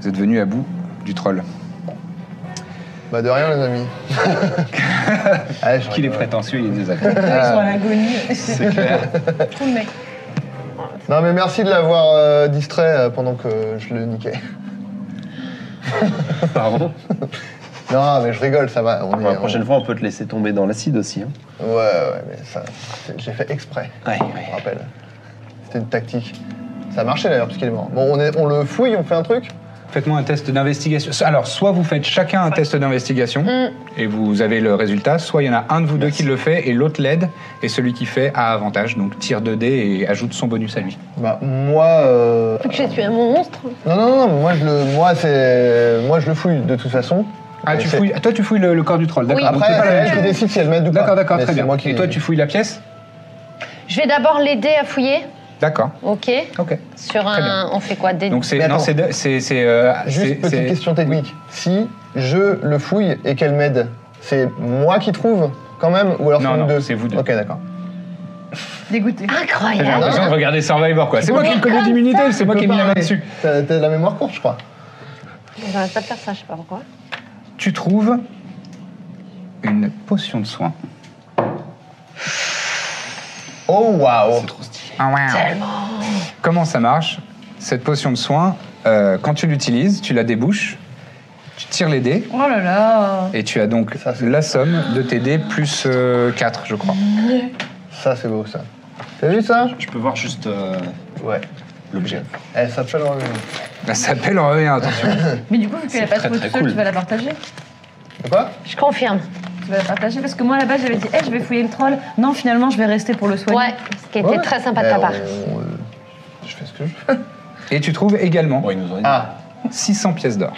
Vous êtes venu à bout du troll. Bah de rien les amis. Qu'il est prétentieux, il est désagréable. Ah. Ils sont à l'agonie. C'est clair. Tout le mec. Non mais merci de l'avoir euh, distrait euh, pendant que je le niquais. Pardon. Non mais je rigole, ça va. on est- la on- prochaine fois, on peut te laisser tomber dans l'acide aussi. Hein. Ouais ouais mais ça, c'est- j'ai fait exprès. Ouais, Je ouais. me rappelle. C'était une tactique. Ça a marché d'ailleurs parce qu'il est mort. Bon on, est- on le fouille, on fait un truc. Faites-moi un test d'investigation. Alors, soit vous faites chacun un test d'investigation et vous avez le résultat, soit il y en a un de vous deux qui le fait et l'autre l'aide et celui qui fait a avantage. Donc tire 2 dés et ajoute son bonus à lui. Bah moi. euh, Faut que j'ai tué un monstre. Non non non, non, moi je le, moi c'est, moi je le fouille de toute façon. Ah, Et tu c'est- fouilles. Toi, tu fouilles le, le corps du troll. D'accord. Ah, Donc, Après euh, c'est pas c'est la même elle qui chose. décide si elle m'aide ou pas. D'accord, d'accord, Mais très c'est bien. Moi qui... Et toi, tu fouilles la pièce Je vais d'abord l'aider à fouiller. D'accord. Ok. Ok. Sur Très un. On fait quoi des... Donc c'est Mais non, attends. c'est de- c'est c'est, euh, c'est- Juste petite c'est- question technique. Si je le fouille et qu'elle m'aide, c'est moi qui trouve quand même ou alors Non, c'est nous non, deux c'est vous deux. Ok, d'accord. Dégoûté. J'ai Incroyable. l'impression de regarder Survivor quoi. C'est moi qui ai le Comme collier ça, d'immunité, c'est moi qui ai mis la main dessus. T'as t'as de la mémoire courte, je crois. J'arrête pas de faire ça, je sais pas pourquoi. Tu trouves une potion de soin. Oh waouh Comment ça marche Cette potion de soin, euh, quand tu l'utilises, tu la débouches, tu tires les dés Oh là là. et tu as donc Ça, c'est- la somme de tes dés plus 4 je crois. Ça c'est beau ça. T'as vu ça Je peux voir juste euh, Ouais. Eh, l'objet. Elle s'appelle en Ça s'appelle en revient, attention. Mais du coup, vu qu'elle a C'est pas très, trouvé très tout seul, cool. tu vas la partager. De quoi Je confirme. Tu vas la partager parce que moi, à la base, j'avais dit, Eh, je vais fouiller le troll. Non, finalement, je vais rester pour le soigner. Ouais, ce qui était Ouais. très sympa de ta Eh, part. on- euh, Je fais ce que je veux. Et tu trouves également Bon, ils nous ont dit. Ah 600 pièces d'or.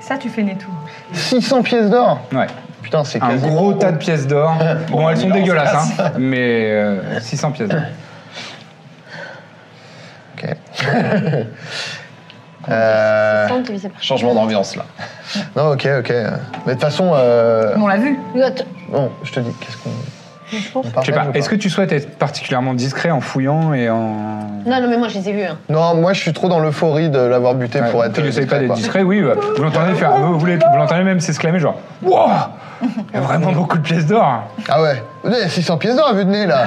Ça, tu fais Nétou. 600 pièces d'or Ouais. Putain, c'est Un quasiment- gros tas de pièces d'or. Bon, elles sont on se dégueulasses, hein, mais euh, 600 pièces d'or. Ok. Euh, Sans diviser par- Changement d'ambiance là. Non, ok, ok. Mais de toute façon, euh... On l'a vu. Nous, attends, bon, je te dis, qu'est-ce qu'on. je pense- Je on sais partage pas, ou est-ce que tu souhaites être particulièrement discret en fouillant et en. Non, non, mais moi je les ai vus. hein. Non, moi je suis trop dans l'euphorie de l'avoir buté pour être. tu n'essayes discret, pas d'être quoi. discret, oui, bah, vous l'entendez faire. Vous, vous l'êtes- vous l'entendez même s'exclamer genre Wow Il y a vraiment beaucoup de pièces d'or Ah ouais, Venez, 600 pièces d'or à vue de nez là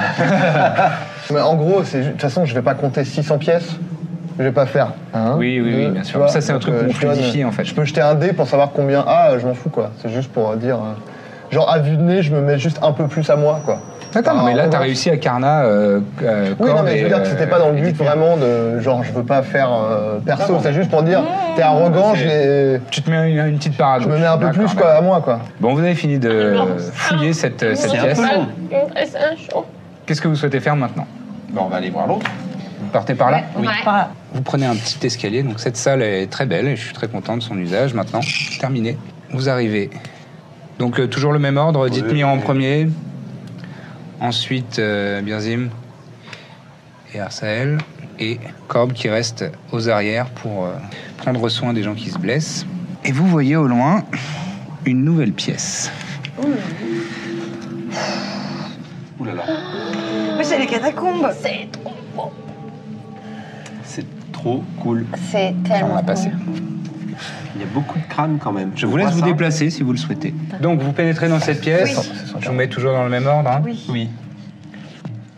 Mais en gros, c'est ju- de toute façon, je vais pas compter 600 pièces. Je vais pas faire. un, Oui, oui, oui, deux, bien tu sûr. vois. Ça, c'est un Donc, truc qu'on je donne- fluidifie, en fait. Je peux jeter un dé pour savoir combien. Ah, je m'en fous quoi. C'est juste pour euh, dire. euh, Genre à vue de nez, je me mets juste un peu plus à moi quoi. D'accord, Ah, mais là, en t'as revanche- réussi à Karna. euh, euh, Oui, non, Korn mais je et, veux dire que c'était pas dans le euh, et but Dipper. vraiment de. Genre, je veux pas faire euh, perso. Non, C'est juste pour dire, t'es arrogant, je, les- Tu te mets une, une petite parade. je me mets un peu D'accord, plus quoi d'accord. à moi quoi. Bon, vous avez fini de fouiller cette, cette C'est un pièce. peu long. Et C'est un show. Qu'est-ce que vous souhaitez faire maintenant Bon, Ben, on va aller voir l'autre. Vous partez par là Ouais. Par là. Vous prenez un petit escalier, donc cette salle est très belle et je suis très content de son usage maintenant. Terminé. Vous arrivez. Donc euh, toujours le même ordre, dites Mir en premier, ensuite euh, Birzim et Arsael, et Corbe qui reste aux arrières pour euh, prendre soin des gens qui se blessent. Et vous voyez au loin une nouvelle pièce. Ouh là là. Moi, j'ai les catacombes. C'est trop beau. C'est trop cool. C'est Puis on tellement. l'a passée. Il y a beaucoup de crânes quand même. Je vous laisse vois vous ça. déplacer si vous le souhaitez. Donc vous pénétrez dans cette pièce. Je vous mets toujours dans le même ordre. hein. Oui. Oui.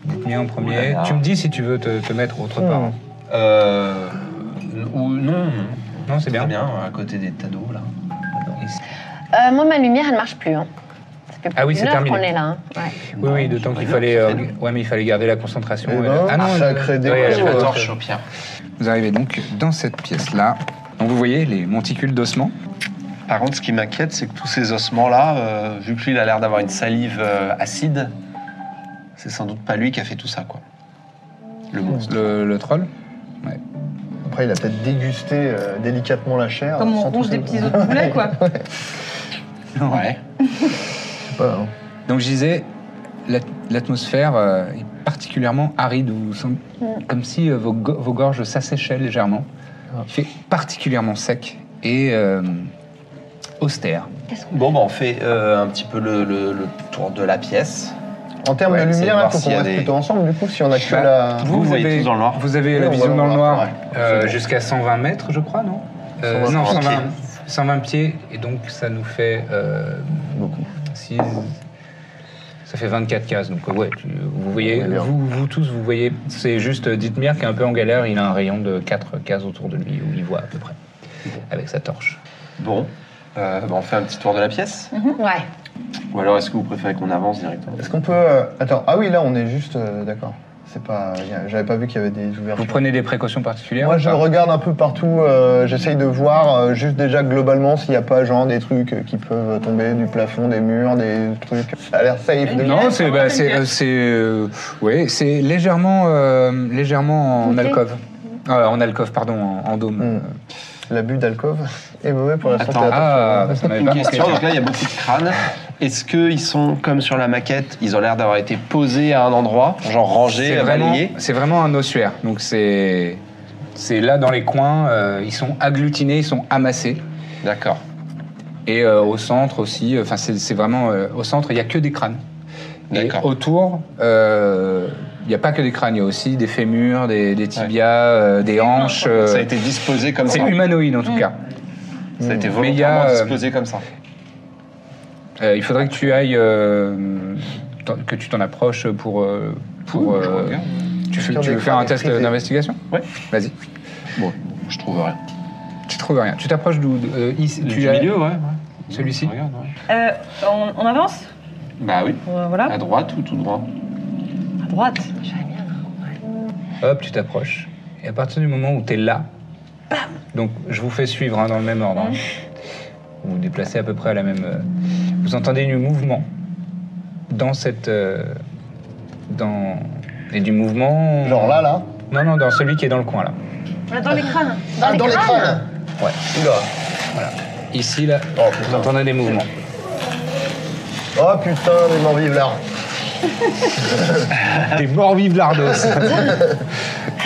Dites-moi en Ouh là premier. là. Tu me dis si tu veux te, te mettre autre part. Hmm. Euh. Ou non. Non, c'est bien. Très bien, à côté des tas d'eau, là. Euh, moi, ma lumière, elle marche plus. hein. Ça fait plus Ah oui, c'est d'une heure terminé. qu'on est là. hein. Ouais. Oui, oui, Non, d'autant c'est qu'il pas fallait, grave, ça euh, fait ouais, mais il fallait garder la concentration. Eh et ben, la- ah, sacré démon. elle a J'ai pas la Ouais. tort. torche au pire. Vous arrivez donc dans cette pièce-là. Donc vous voyez les monticules d'ossements. Par contre, ce qui m'inquiète, c'est que tous ces ossements-là, euh, vu que lui, il a l'air d'avoir une salive euh, acide, c'est sans doute pas lui qui a fait tout ça, quoi. Le monstre. Le, le troll. Après, il a peut-être dégusté euh, délicatement la chair. Comme sans on tout ronge se- des petits os de poulet, quoi. Ouais. Je sais pas, hein. Donc je disais, l'at- l'atmosphère euh, est particulièrement aride, vous sent- comme si euh, vos, go- vos gorges s'asséchaient légèrement. Il fait particulièrement sec et euh, austère. Bon, bah, on fait euh, un petit peu le, le- le tour de la pièce. En termes Ouais, de essayer lumière, de là, voir faut s'il qu'on y a reste des- plutôt ensemble, du coup, si on a que Bah, la. Vous voyez tous dans le noir. Vous avez la Oui, on va vision le dans le voir, noir ouais. euh, C'est bon. jusqu'à 120 mètres, je crois, non Euh, 120 Non, 120, pieds. 120 pieds. Et donc ça nous fait. Beaucoup. 6. Ça fait 24 cases. Donc, euh, ouais, tu- vous voyez, Ouais, bien. vous, vous tous, vous voyez. C'est juste euh, Dithmir qui est un peu en galère. Il a un rayon de 4 cases autour de lui où il voit à peu près. Avec sa torche. Bon. Euh, bah, on fait un petit tour de la pièce. Ouais. Ou alors, est-ce que vous préférez qu'on avance directement Est-ce qu'on peut. euh, Attends, ah oui, là, on est juste. euh, D'accord. C'est pas. J'avais pas vu qu'il y avait des Vous ouvertures. prenez des précautions particulières Moi, ou je pas regarde un peu partout, euh, j'essaye de voir euh, juste déjà globalement s'il n'y a pas genre des trucs euh, qui peuvent tomber du plafond, des murs, des trucs. Ça a l'air safe. de- Non, c'est bah, c'est euh, c'est, euh, ouais, c'est légèrement euh, légèrement en Ok. alcove. Euh, en alcove, pardon, en, en Mm. dôme. Hmm. L'abus d'alcove est mauvais pour la santé. Attends, Ah, ça m'avait Une pas manqué. question, donc là il y a beaucoup de crânes. Est-ce qu'ils sont comme sur la maquette, ils ont l'air d'avoir été posés à un endroit, genre C'est rangés, vraiment, balayés c'est vraiment un ossuaire. Donc c'est c'est là dans les coins, euh, ils sont agglutinés, ils sont amassés. D'accord. Et euh, au centre aussi, enfin c'est c'est vraiment euh, au centre, il y a que des crânes. Et D'accord. autour, euh, il n'y a pas que des crânes, il y a aussi des fémurs, des, des tibias, euh, des hanches. euh, Ça a été disposé comme c'est ça. humanoïde en tout cas. Ça a été Mais il y a, volontairement euh, disposé comme ça. Euh, il faudrait que tu ailles, euh, t'en- que tu t'en approches pour. euh, pour Je euh, regarde. tu, fais- Sur tu des veux faire un crânes test frisés. d'investigation Ouais. Vas-y. Bon, je trouve rien. Tu trouves rien. Tu t'approches d'où de- euh, ici- Du, tu du as- milieu, ouais. ouais. Celui-ci Regarde, ouais. Euh, on, on avance Bah oui. Euh, Voilà. À droite ou tout droit À droite. Hop, tu t'approches. Et à partir du moment où tu es là, donc je vous fais suivre hein, dans le même ordre. hein. Vous vous déplacez à peu près à la même. euh, vous entendez du mouvement dans cette. euh, dans. Et du mouvement. Genre là, là. Non, non, dans celui qui est dans le coin là. Là, Dans les crânes. Ah, dans les crânes Ouais. Ici là, Oh putain. vous entendez des mouvements. Oh putain, les morts vivent là. T'es mort vive l'ardos.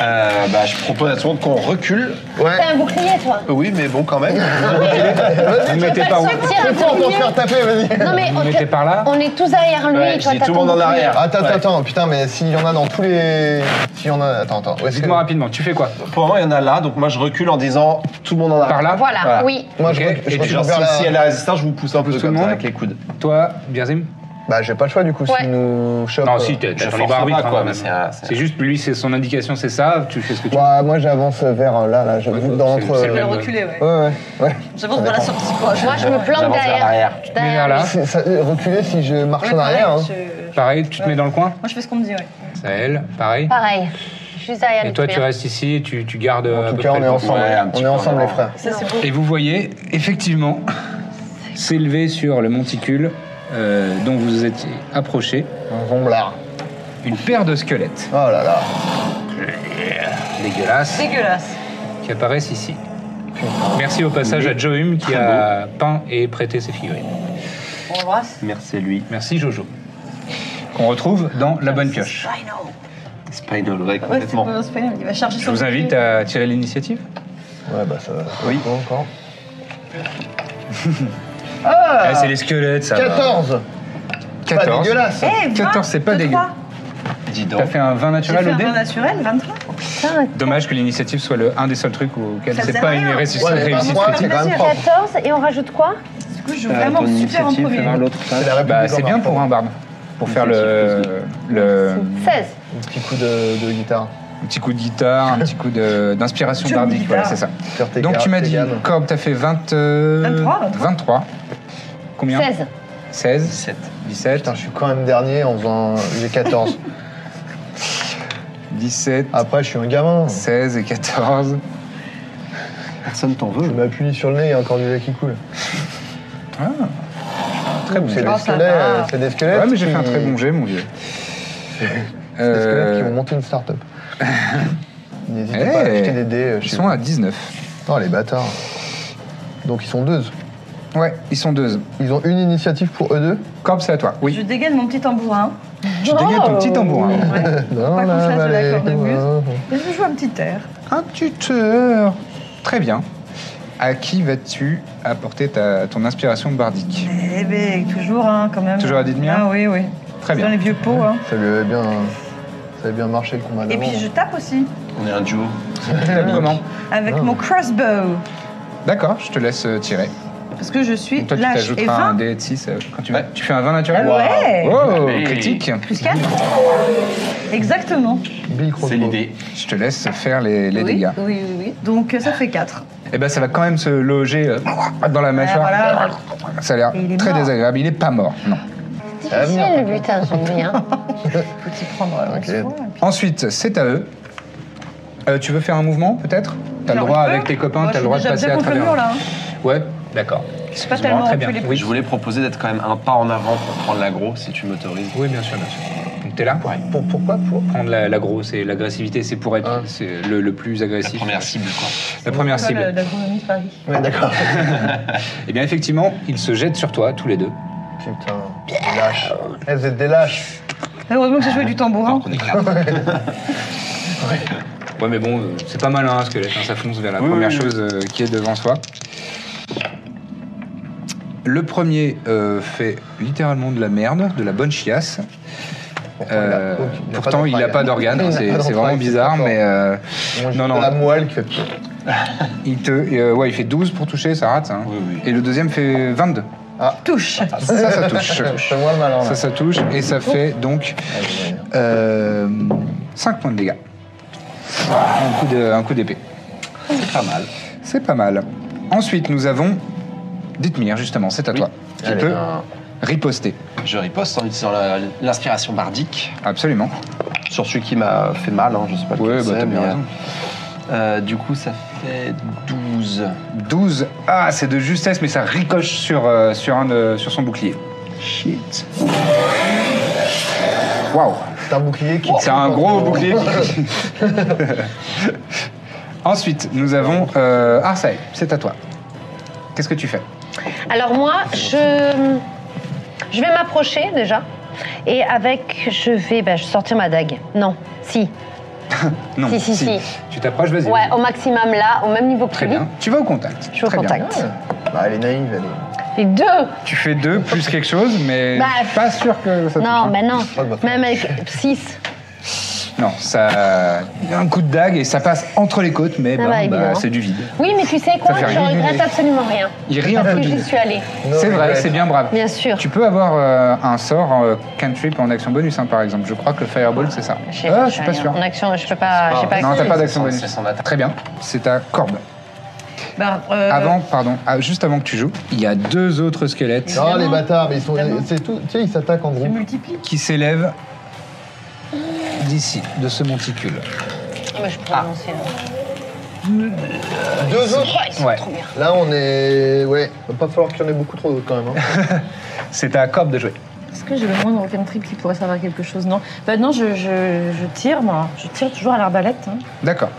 Euh, Bah je propose à tout le monde qu'on recule. Ouais. T'as un bouclier, toi Oui, mais bon quand même. vous mettez par où Pas le sortir, C'est fort pour se bouclier. faire taper, vas-y. Non, mais Vous on, mettez par là on est tous derrière lui. Ouais, je toi, dis t'as tout le ton monde en bouclier. arrière. Attends, Ouais. attends, attends, putain, mais s'il y en a dans tous les. S'il y en a. Attends, attends. Est-ce que- Dites-moi rapidement, tu fais quoi Pour moi, il y en a là, donc moi je recule en disant tout le monde en arrière. Par là Voilà, Voilà. oui. Moi, je Ok, rec- je et Et tu genre, recule si, vers si la- elle a la résistance, je vous pousse un peu Pousse tout comme le ça monde avec les coudes. Toi, Birzim Bah, j'ai pas le choix du coup, Ouais. s'il nous chope. Non, euh, si, t'es Je t'es force arbitre, pas, hein, quoi, mais mais c'est un- c'est un- C'est juste, lui, c'est son indication, c'est ça, tu fais ce que tu veux. Bah, moi, j'avance vers là, là, je... Ouais, dans c'est- l'entre. c'est Je le vais le même. reculer, ouais. Oh, Ouais, ouais, ouais. J'avance vers la sortie, quoi. Moi, je me planque J'avance vers derrière. l'arrière. Mais vers Derrière. là, C'est- ça- reculer si je marche Ouais, en pareil, arrière. hein. je- pareil, tu te mets dans le coin Moi, je fais ce qu'on me dit, ouais. Ça, elle, pareil. Pareil. Je suis derrière Et lui, toi, tu bien. restes ici et tu, tu gardes. euh, à En tout peu cas, près on le est temps. ensemble. Ouais, un on petit est peu ensemble, en les avant. frères. Ça, c'est beau. Et vous voyez, effectivement, s'élever sur le monticule euh, dont vous étiez approché, Un zomblard. une paire de squelettes Oh là là. dégueulasses Dégueulasse. qui apparaissent ici. Merci au passage à Joum qui a peint et prêté ses figurines. On l'embrasse. Merci à lui. Merci Jojo. Qu'on retrouve dans La Bonne Pioche. Rhino. Spinal, ouais, Ouais, c'est complètement. pas Spinal, il va charger Je sur vous le invite bouclier. à tirer l'initiative. Ouais, bah ça va. Oui. Pas encore. Ah Ah, c'est les squelettes, ça. va. Bah, 14 Pas Ah, dégueulasse Eh, 14, c'est pas 23. dégueu. Dis donc. T'as fait un vin J'ai fait naturel au un dé vin naturel, 23. Putain, Dommage que l'initiative soit le, un des seuls trucs auquel Ça c'est faisait pas rien. une réussite. Ouais, mais par réussite moi, critique. c'est quand même propre. 14, et on rajoute quoi du coup, je joue Euh, vraiment ton super en initiative, hein. fais premier. voir l'autre table. C'est la République Bah, en c'est bien marche, hein. pour pardon. un barde. Pour faire le, le 16. Un petit coup de, de guitare. un petit coup de guitare, un petit coup de- d'inspiration Joli bardique. Voilà, guitare. c'est ça. Faire tes Donc cartes, tu m'as tes dit, gammes. Corbe, t'as fait 20, euh, 23, 23. 23. Combien 16. 16, 17. 17, Putain, je suis quand même dernier en faisant. J'ai 14. 17, Après, je suis un gamin. 16 et 14. Personne t'en Je veut. m'appuie sur le nez, il y a encore du lait qui coule. Ah, très bon. C'est jet. des, Oh, squelettes, euh, sympa. c'est des squelettes. Ouais, mais j'ai fait un qui- très bon jet, mon vieux. C'est des squelettes qui Euh, ont monté une start-up. N'hésitez hey, pas à acheter des dés euh, ils chez sont vous. à 19. Oh, les bâtards. Donc, ils sont deux. Ouais, ils sont deux. Ils ont une initiative pour eux deux Corbe, c'est à toi. Oui. Je dégaine mon petit tambourin. Tu dégaines ton petit tambourin. Ouais. Non, Pas la qu'on se lasse de vallée. l'accord de Ouais. Et je joue un petit air. Un tuteur. Très bien. À qui vas-tu apporter ta, ton inspiration bardique Eh ben, toujours, hein, quand même. Toujours à Didmir Ah oui, oui. Très Dans bien. les vieux pots, hein. Ça lui avait bien, ça avait bien marché le combat Et d'avant. puis je tape aussi On est un duo. Comment avec Oh. Ah. mon crossbow. D'accord, je te laisse euh, tirer. Parce que je suis Donc toi, tu lâche et t'ajouteras un vain. Ah dé de 6 quand tu vas. Tu fais un 20 naturel Ouais. Oh, Allez. critique Plus 4 Exactement. Bill Crossbow. C'est l'idée. Je te laisse faire les, les oui, dégâts. Oui, oui, oui. Donc euh, ça fait 4. Eh ben, ça va quand même se loger euh, dans la mâchoire. voilà. Ça a l'air Et il est très mort. désagréable. Il est pas mort, non. Difficile le butin, j'ai dit. Hein. Faut y prendre euh, Ok. soin, et puis- Ensuite, c'est à eux. Euh, tu veux faire un mouvement, peut-être T'as le Alors, droit je peux avec tes copains, ah, Moi, t'as le droit je de suis déjà passer bien à contre le travers. mur, là. hein. Ouais, d'accord. Je suis pas Excuse-moi, tellement très en bien. tous les Oui, Je voulais proposer d'être quand même un pas en avant pour prendre l'aggro, si tu m'autorises. oui, bien sûr, bien sûr. Donc t'es là Pour, pourquoi pour Prendre la, la grosse et l'agressivité, c'est pour être Ah. c'est le, le plus La agressif. première cible, quoi. La première École, euh, Ah, cible. d'agronomie de Paris. Ouais, d'accord. Eh bien, effectivement, ils se jettent sur toi, tous les deux. Putain, des lâches. Eh, vous êtes des lâches. Heureusement que j'ai joué du tambourin. Donc on éclate. Ouais, mais bon, euh, c'est pas malin, hein, ce squelette. hein, ça fonce vers la Oui, première oui, oui. chose euh, qui est devant soi. Le premier euh, fait littéralement de la merde, de la bonne chiasse. Euh, pourtant, il n'a pas d'organe, hein, c'est c'est vraiment bizarre, mais euh, non, non, non. non. la moelle qui fait. il te, euh, ouais, il fait 12 pour toucher, ça rate. hein. Oui, oui. Et le deuxième fait 22. Touche. Ça, ça touche. Je vois le malin. ça, là. ça touche, et ça Oh. fait donc Allez, ouais. 5 points de dégâts. Un coup de- un coup d'épée. C'est pas mal. C'est pas mal. Ensuite, nous avons Dithmir, justement, c'est à toi. Tu Allez, peux un- riposter. Je riposte en utilisant la- l'inspiration bardique Absolument. sur celui qui m'a fait mal. hein, je sais pas lequel Ouais, bah, c'est, t'as bien mais, raison. euh, du coup, ça fait 12. 12. Ah, c'est de justesse, mais ça ricoche sur, euh, sur, un de- sur son bouclier. Shit. Waouh C'est un bouclier qui. Oh. C'est un gros bouclier. qui- Ensuite, nous avons euh, Arsaï, c'est à toi. Qu'est-ce que tu fais Alors moi, je, je vais m'approcher déjà. Et avec, je vais bah, je vais sortir ma dague. Non, si. Non, Si, si, si. Tu t'approches, vas-y. Ouais, au maximum là, au même niveau que Très lui. bien. Tu vas au contact. Je suis au Très bien. Ah contact. Bah, elle est naïve, elle est. Les deux Tu fais deux plus quelque chose, mais Bah, je suis pas sûr que ça touche, Non, hein. mais non. crois que ma femme- Même avec 6. Non, ça. Un coup de dague et ça passe entre les côtes, mais Ah bon, bah, bah, évidemment. c'est du vide. Oui, mais tu sais quoi, Ça fait je rien. regrette absolument rien. Il rit un Parce peu. que du- j'y suis allée. No C'est vrai, regret. c'est bien brave. Bien sûr. Tu peux avoir euh, un sort en euh, cantrip en action bonus, hein, par exemple. Je crois que Fireball, c'est ça. Je sais- Ah, je je suis sais pas rien. hein. sûr. En action, je peux pas. j'ai pas Ah, Non, t'as accès. pas d'action C'est bonus. son attaque. Très bien, c'est ta corbe. Euh. Bah, euh, Avant, pardon, ah, juste avant que tu joues, il y a deux autres squelettes Oh. Non, les bâtards, mais ils sont. Évidemment. C'est tout. Tu sais, ils s'attaquent en Je groupe. multiplie. qui s'élèvent d'ici, de ce monticule. Mais je Ah. peux annoncer, là. Deux autres. Ouais, Là, on est. Ouais, va pas falloir qu'il y en ait beaucoup trop d'autres quand même. hein. c'est ta corbe de jouer. Est-ce que j'ai le moindre cantrip qui pourrait servir à quelque chose Non. Bah non, je, je, je tire, moi. Je tire toujours à l'arbalète. hein. D'accord.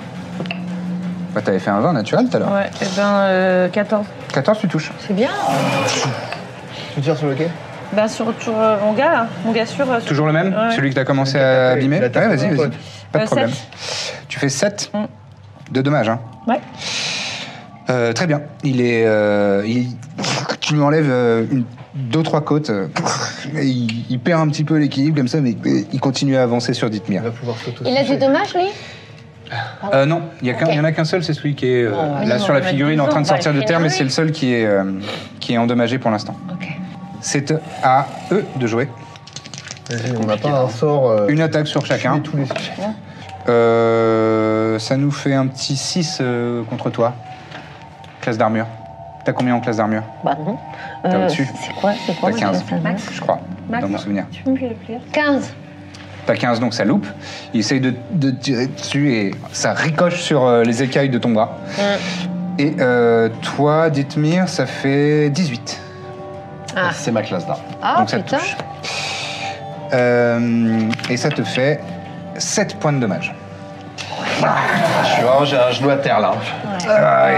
Bah, t'avais fait un 20 naturel tout à l'heure. Ouais, et ben euh, 14. 14, tu touches. C'est bien. Tu tires sur le quai Bah sur, sur, euh, mon gars, là. Mon gars sur... euh, sur- Toujours le même Ouais. Celui que t'as commencé L'attaque, à oui, abîmer Ouais, l'attaque, vas-y, ouais. vas-y. Pas de Euh, problème. sept. Tu fais 7 Mm. de dommages, hein Ouais. Euh, très bien. Il est. euh, il- Tu lui enlèves euh, une- deux, trois côtes. euh, et il, il perd un petit peu l'équilibre comme ça, mais il continue à avancer sur Il Dithmir. va pouvoir s'auto Il a du dommage, lui Euh, non, il n'y en a qu'un seul, c'est celui qui est euh, Ah, là non, sur on la va être figurine en train de décevant, sortir on va de être terre, mais c'est le seul qui est, euh, qui est endommagé pour l'instant. Ok. C'est à eux de jouer. Vas-y, on n'a pas un sort. euh, Une attaque sur tuer chacun. tous les sujets. Euh, ça nous fait un petit 6 contre toi. Classe d'armure. T'as combien en classe d'armure Bah non. T'es au-dessus. c'est quoi C'est quoi T'as 15, Max je crois, Max. dans mon souvenir. Tu peux me le plaire 15. T'as 15, donc ça loupe. Il essaye de, de tirer dessus et ça ricoche sur euh, les écailles de ton bras. Mm. Et euh, toi, Dithmir, ça fait 18. Ah. C'est ma classe d'art. Ah donc ça te putain. touche. Euh, et ça te fait 7 points de dommage. Je suis vraiment, j'ai un genou à terre là. Ah,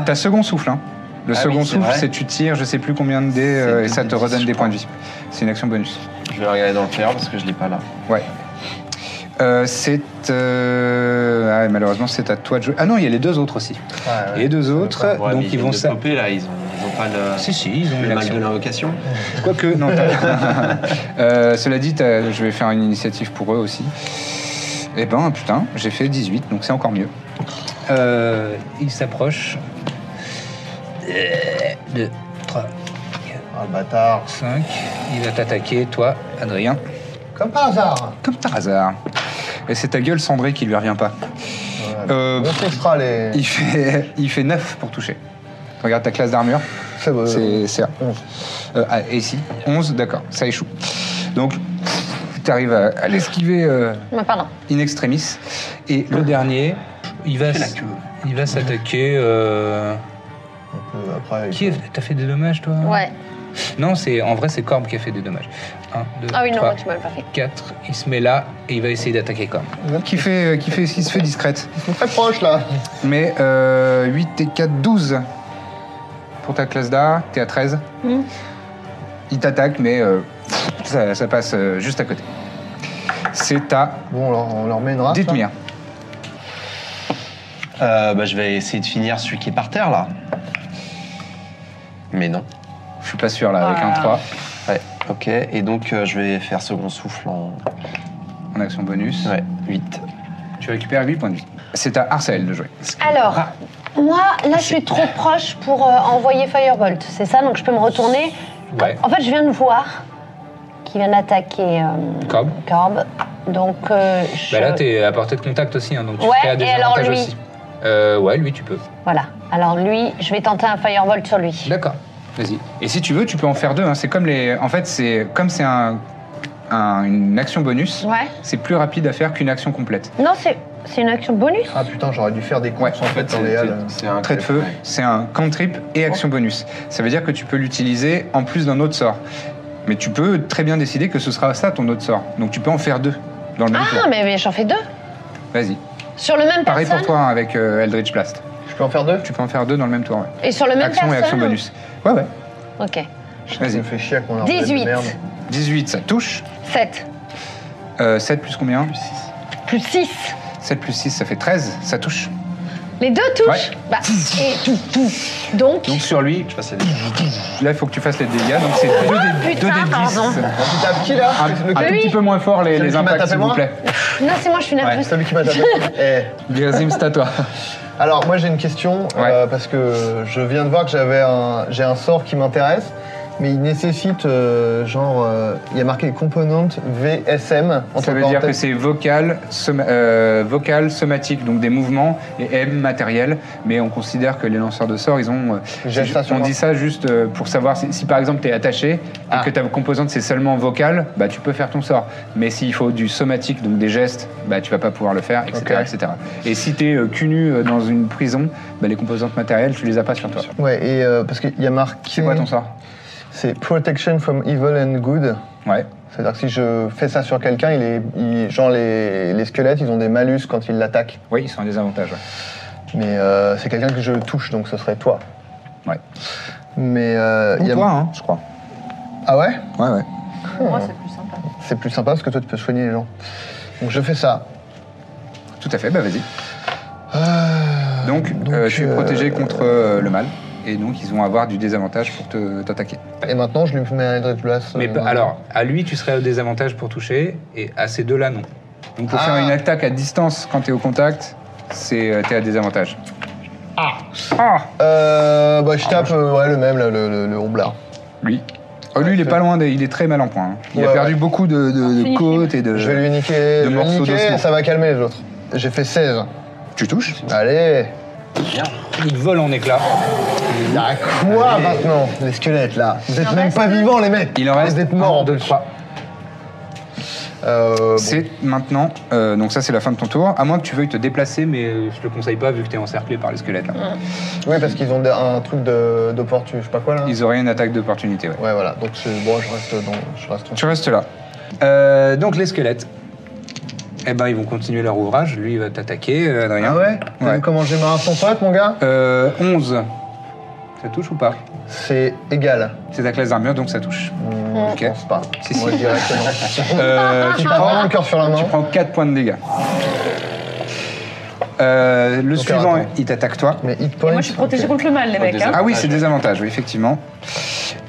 et T'as second souffle. Hein. Le Ah second oui, c'est souffle, vrai. c'est tu tires, je sais plus combien de dés, euh, et deux ça dés te dix, redonne je des crois. points de vie. C'est une action bonus. Je vais regarder dans le clair parce que je l'ai pas là. Ouais. Euh, c'est. euh, ah ouais, malheureusement, c'est à toi de jouer. Ah non, il y a les deux autres aussi. Et les deux autres, donc ils vont se ça. couper là, ils ont, ils ont pas le, Si, si, ils ont une le mal action. de l'invocation. Quoique, non. t'as- Euh, cela dit, t'as- je vais faire une initiative pour eux aussi. Eh ben, putain, j'ai fait 18, donc c'est encore mieux. Euh, ils s'approchent. 2, 3, Ah, le bâtard. 5. Il va t'attaquer, toi, Adrien, Comme par hasard. comme par hasard. Et c'est ta gueule cendrée qui lui revient pas. Euh, On testera les. Il fait, il fait 9 pour toucher. Regarde ta classe d'armure. C'est bon. C'est c'est un. Onze. Euh, ah, et si 11, d'accord, ça échoue. Donc, tu arrives à, à l'esquiver euh, Mais Bah, pardon. in extremis. Et le dernier, il va, s- il va s'attaquer. euh, Euh, Après, Qui est- T'as fait des dommages, toi Ouais. Non, c'est en vrai, c'est Corbe qui a fait des dommages. 1, 2, Ah oui, non, 3, moi, tu m'as pas fait. 4. Il se met là et il va essayer d'attaquer Corbe. Ouais. Qui, fait, euh, qui, fait, qui se fait discrète. ils sont très proches là. Mais 8 et 4, 12 pour ta classe d'art, t'es à 13. Mhm. Il t'attaque, mais euh, ça, ça passe euh, juste à côté. C'est à Bon, on leur, on leur met une race. hein. là. Dithmir. Euh, bah, je vais essayer de finir celui qui est par terre là. Mais non. Je suis pas sûr là, avec un Ah. 3 Ouais, ok. Et donc euh, je vais faire second souffle en. en action bonus. Ouais, 8. Tu récupères 8 points de vie. C'est à Arcel de jouer. Alors, Ah, moi, là, je suis trop proche pour euh, envoyer Firebolt. C'est ça, donc je peux me retourner. Ouais. En fait, je viens de voir qu'il vient d'attaquer euh, Corbe. Corbe. Donc, euh, je... Bah là, t'es à portée de contact aussi, hein, donc tu Ouais, fais à et des alors avantages lui aussi. Euh, ouais, lui, tu peux. Voilà. Alors lui, je vais tenter un Firebolt sur lui. D'accord. Vas-y. Et si tu veux, tu peux en faire deux. hein. C'est comme les. En fait, c'est comme c'est un, un- une action bonus. Ouais. C'est plus rapide à faire qu'une action complète. Non, c'est c'est une action bonus. Ah putain, j'aurais dû faire des comptes hein. Ouais. en fait dans les halles. un Trait de feu, c'est un cantrip et action bonus. Ça veut dire que tu peux l'utiliser en plus d'un autre sort. Mais tu peux très bien décider que ce sera ça ton autre sort. Donc tu peux en faire deux dans le même tour. Ah, mais, mais j'en fais deux. Vas-y. Sur le même Pareil pour personne. toi hein, avec euh, Eldritch Blast. Je peux en faire deux Tu peux en faire deux dans le même tour. ouais. Et sur le même Action et action personne. bonus. Ouais, ouais. Ok. Ça Vas-y. me fait chier qu'on a 18. merde. 18, ça touche. 7 Euh, 7 plus combien plus 6. 7 plus 6, ça fait 13. Ça touche. Les deux touchent. Ouais. Bah, et tout, tout. Donc, Donc sur lui, Je passe les Là, il faut que tu fasses les dégâts, donc c'est 2 des, Ah, putain, deux des 10. pardon. Tu tapes qui là Un, un Lequel tout petit peu moins fort les, les Celui qui m'a impacts, tapé, s'il vous moi plaît. non, c'est moi, je suis nerveuse. Celui qui m'a tapé. Eh. Birzim, c'est à toi. Alors moi j'ai une question euh, parce que je viens de voir que j'avais un j'ai un sort qui m'intéresse, mais il nécessite euh, genre euh, il y a marqué component VSM entre Ça veut dire que parenthèses. c'est vocal, soma- euh, vocal, somatique, donc des mouvements, et M, matériel. Mais on considère que les lanceurs de sorts, ils ont. euh, J'ai c'est ju- ça sur on moi. dit ça juste euh, pour savoir si, si, par exemple, tu es attaché et que ta composante, c'est seulement vocal, bah, tu peux faire ton sort. Mais s'il faut du somatique, donc des gestes, bah, tu vas pas pouvoir le faire, etc. Ok. etc. Et si tu es cul nu euh, dans une prison, bah, les composantes matérielles, tu les as pas sur toi. Ouais et euh, parce qu'il y a marqué C'est quoi ton sort c'est protection from evil and good. Ouais. C'est-à-dire que si je fais ça sur quelqu'un, il est, il- genre les, les squelettes, ils ont des malus quand ils l'attaquent. Oui, ils sont en désavantage. ouais. Mais euh, c'est quelqu'un que je touche, donc ce serait toi. Ouais. Mais euh, il y a... hein, je crois. Ah ouais Ouais, ouais. Pour moi, c'est plus sympa. C'est plus sympa parce que toi, tu peux soigner les gens. Donc je fais ça. Tout à fait, bah vas-y. Ah, Donc, euh, tu es euh, protégé contre euh, le mal. Et donc, ils vont avoir du désavantage pour te- t'attaquer. Et maintenant, je lui mets un Eldritch Blast. euh, Mais dans- alors, à lui, tu serais au désavantage pour toucher, et à ces deux-là, non. Donc, pour Ah. faire une attaque à distance quand tu es au contact, C'est euh, t'es à désavantage. Ah Euh, bah, je tape euh, ouais, le même, là, le, le, le roublard. Lui. Oh, lui, il est pas loin, des- il est très mal en point. hein. Il a Ouais, perdu ouais. beaucoup de, de, de Fini, côtes et de. Je vais lui niquer, deux je vais morceaux niquer d'ossement. ça va calmer les autres. J'ai fait 16. Tu touches Allez Il te vole en éclats. Il y a quoi maintenant Les squelettes là Vous êtes en même reste pas deux. vivants les mecs Il en Vous reste êtes morts un, deux, trois. Euh, bon. C'est maintenant, euh, donc ça c'est la fin de ton tour, à moins que tu veuilles te déplacer, mais euh, je te le conseille pas vu que t'es encerclé par les squelettes. là. Oui parce qu'ils ont des- un truc de- d'opportun, je sais pas quoi là. Ils auraient une attaque d'opportunité, ouais. Ouais voilà, donc c'est- bon je reste dans. Je reste Tu restes là. Euh, donc les squelettes, eh ben ils vont continuer leur ouvrage, lui il va t'attaquer, euh, Adrien. Ah ouais T'as Ouais. vu comment j'ai marre son pote mon gars Euh, 11, ça touche ou pas C'est égal. C'est ta classe d'armure, donc ça touche. Hmm, Ok. Je pense pas. Si, si. Moi directement. Euh, tu tu prends vraiment prends le cœur sur la main. Tu prends 4 points de dégâts. Euh, le Donc, suivant, attends. il t'attaque toi. Mais hit Et point. moi, je suis protégée ok. contre le mal, les mecs. Hein. Ah oui, c'est des avantages, oui, effectivement.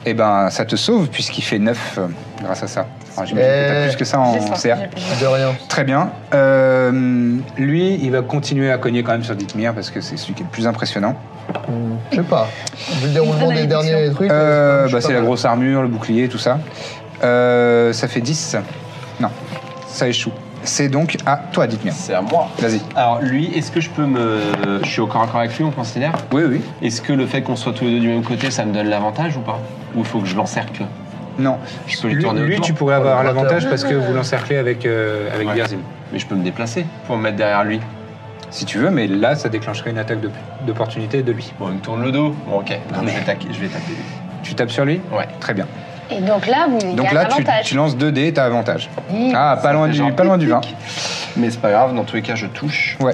Eh ben, ça te sauve puisqu'il fait 9 grâce à ça. Enfin, J'imagine que t'as Eh, plus que ça J'ai en ça, CR. j'ai plus. De rien. Très bien. Euh, lui, il va continuer à cogner quand même sur Dithmir parce que c'est celui qui est le plus impressionnant. Hmm, Je sais pas. Vu le déroulement donne la des déduction. derniers trucs. Euh, je sais bah, pas c'est la mal. grosse armure, le bouclier, tout ça. Euh, ça fait 10. Non, ça échoue. C'est donc à toi, Dithmir. C'est à moi. Vas-y. Alors lui, est-ce que je peux me... Je suis au corps à corps avec lui, on considère Oui, oui. Est-ce que le fait qu'on soit tous les deux du même côté, ça me donne l'avantage ou pas Ou il faut que je l'encercle Non. Je peux lui Lui, tourner lui, autour, tu pourrais avoir Collaborateur. l'avantage parce que vous l'encerclez avec, euh, avec Ouais. Birzim. mais je peux me déplacer pour me mettre derrière lui. Si tu veux, mais là, ça déclencherait une attaque de- d'opportunité de lui. Bon, il me tourne le dos. Bon, ok, Donc, je, vais taquer- je vais taper lui. Tu tapes sur lui Ouais. Très bien. Et donc là, vous il y Donc a là, un tu, avantage. tu lances 2 dés, t'as avantage. Mmh. Ah, pas loin, fait du, genre pas loin du 20. Mais c'est pas grave, dans tous les cas, je touche. Ouais,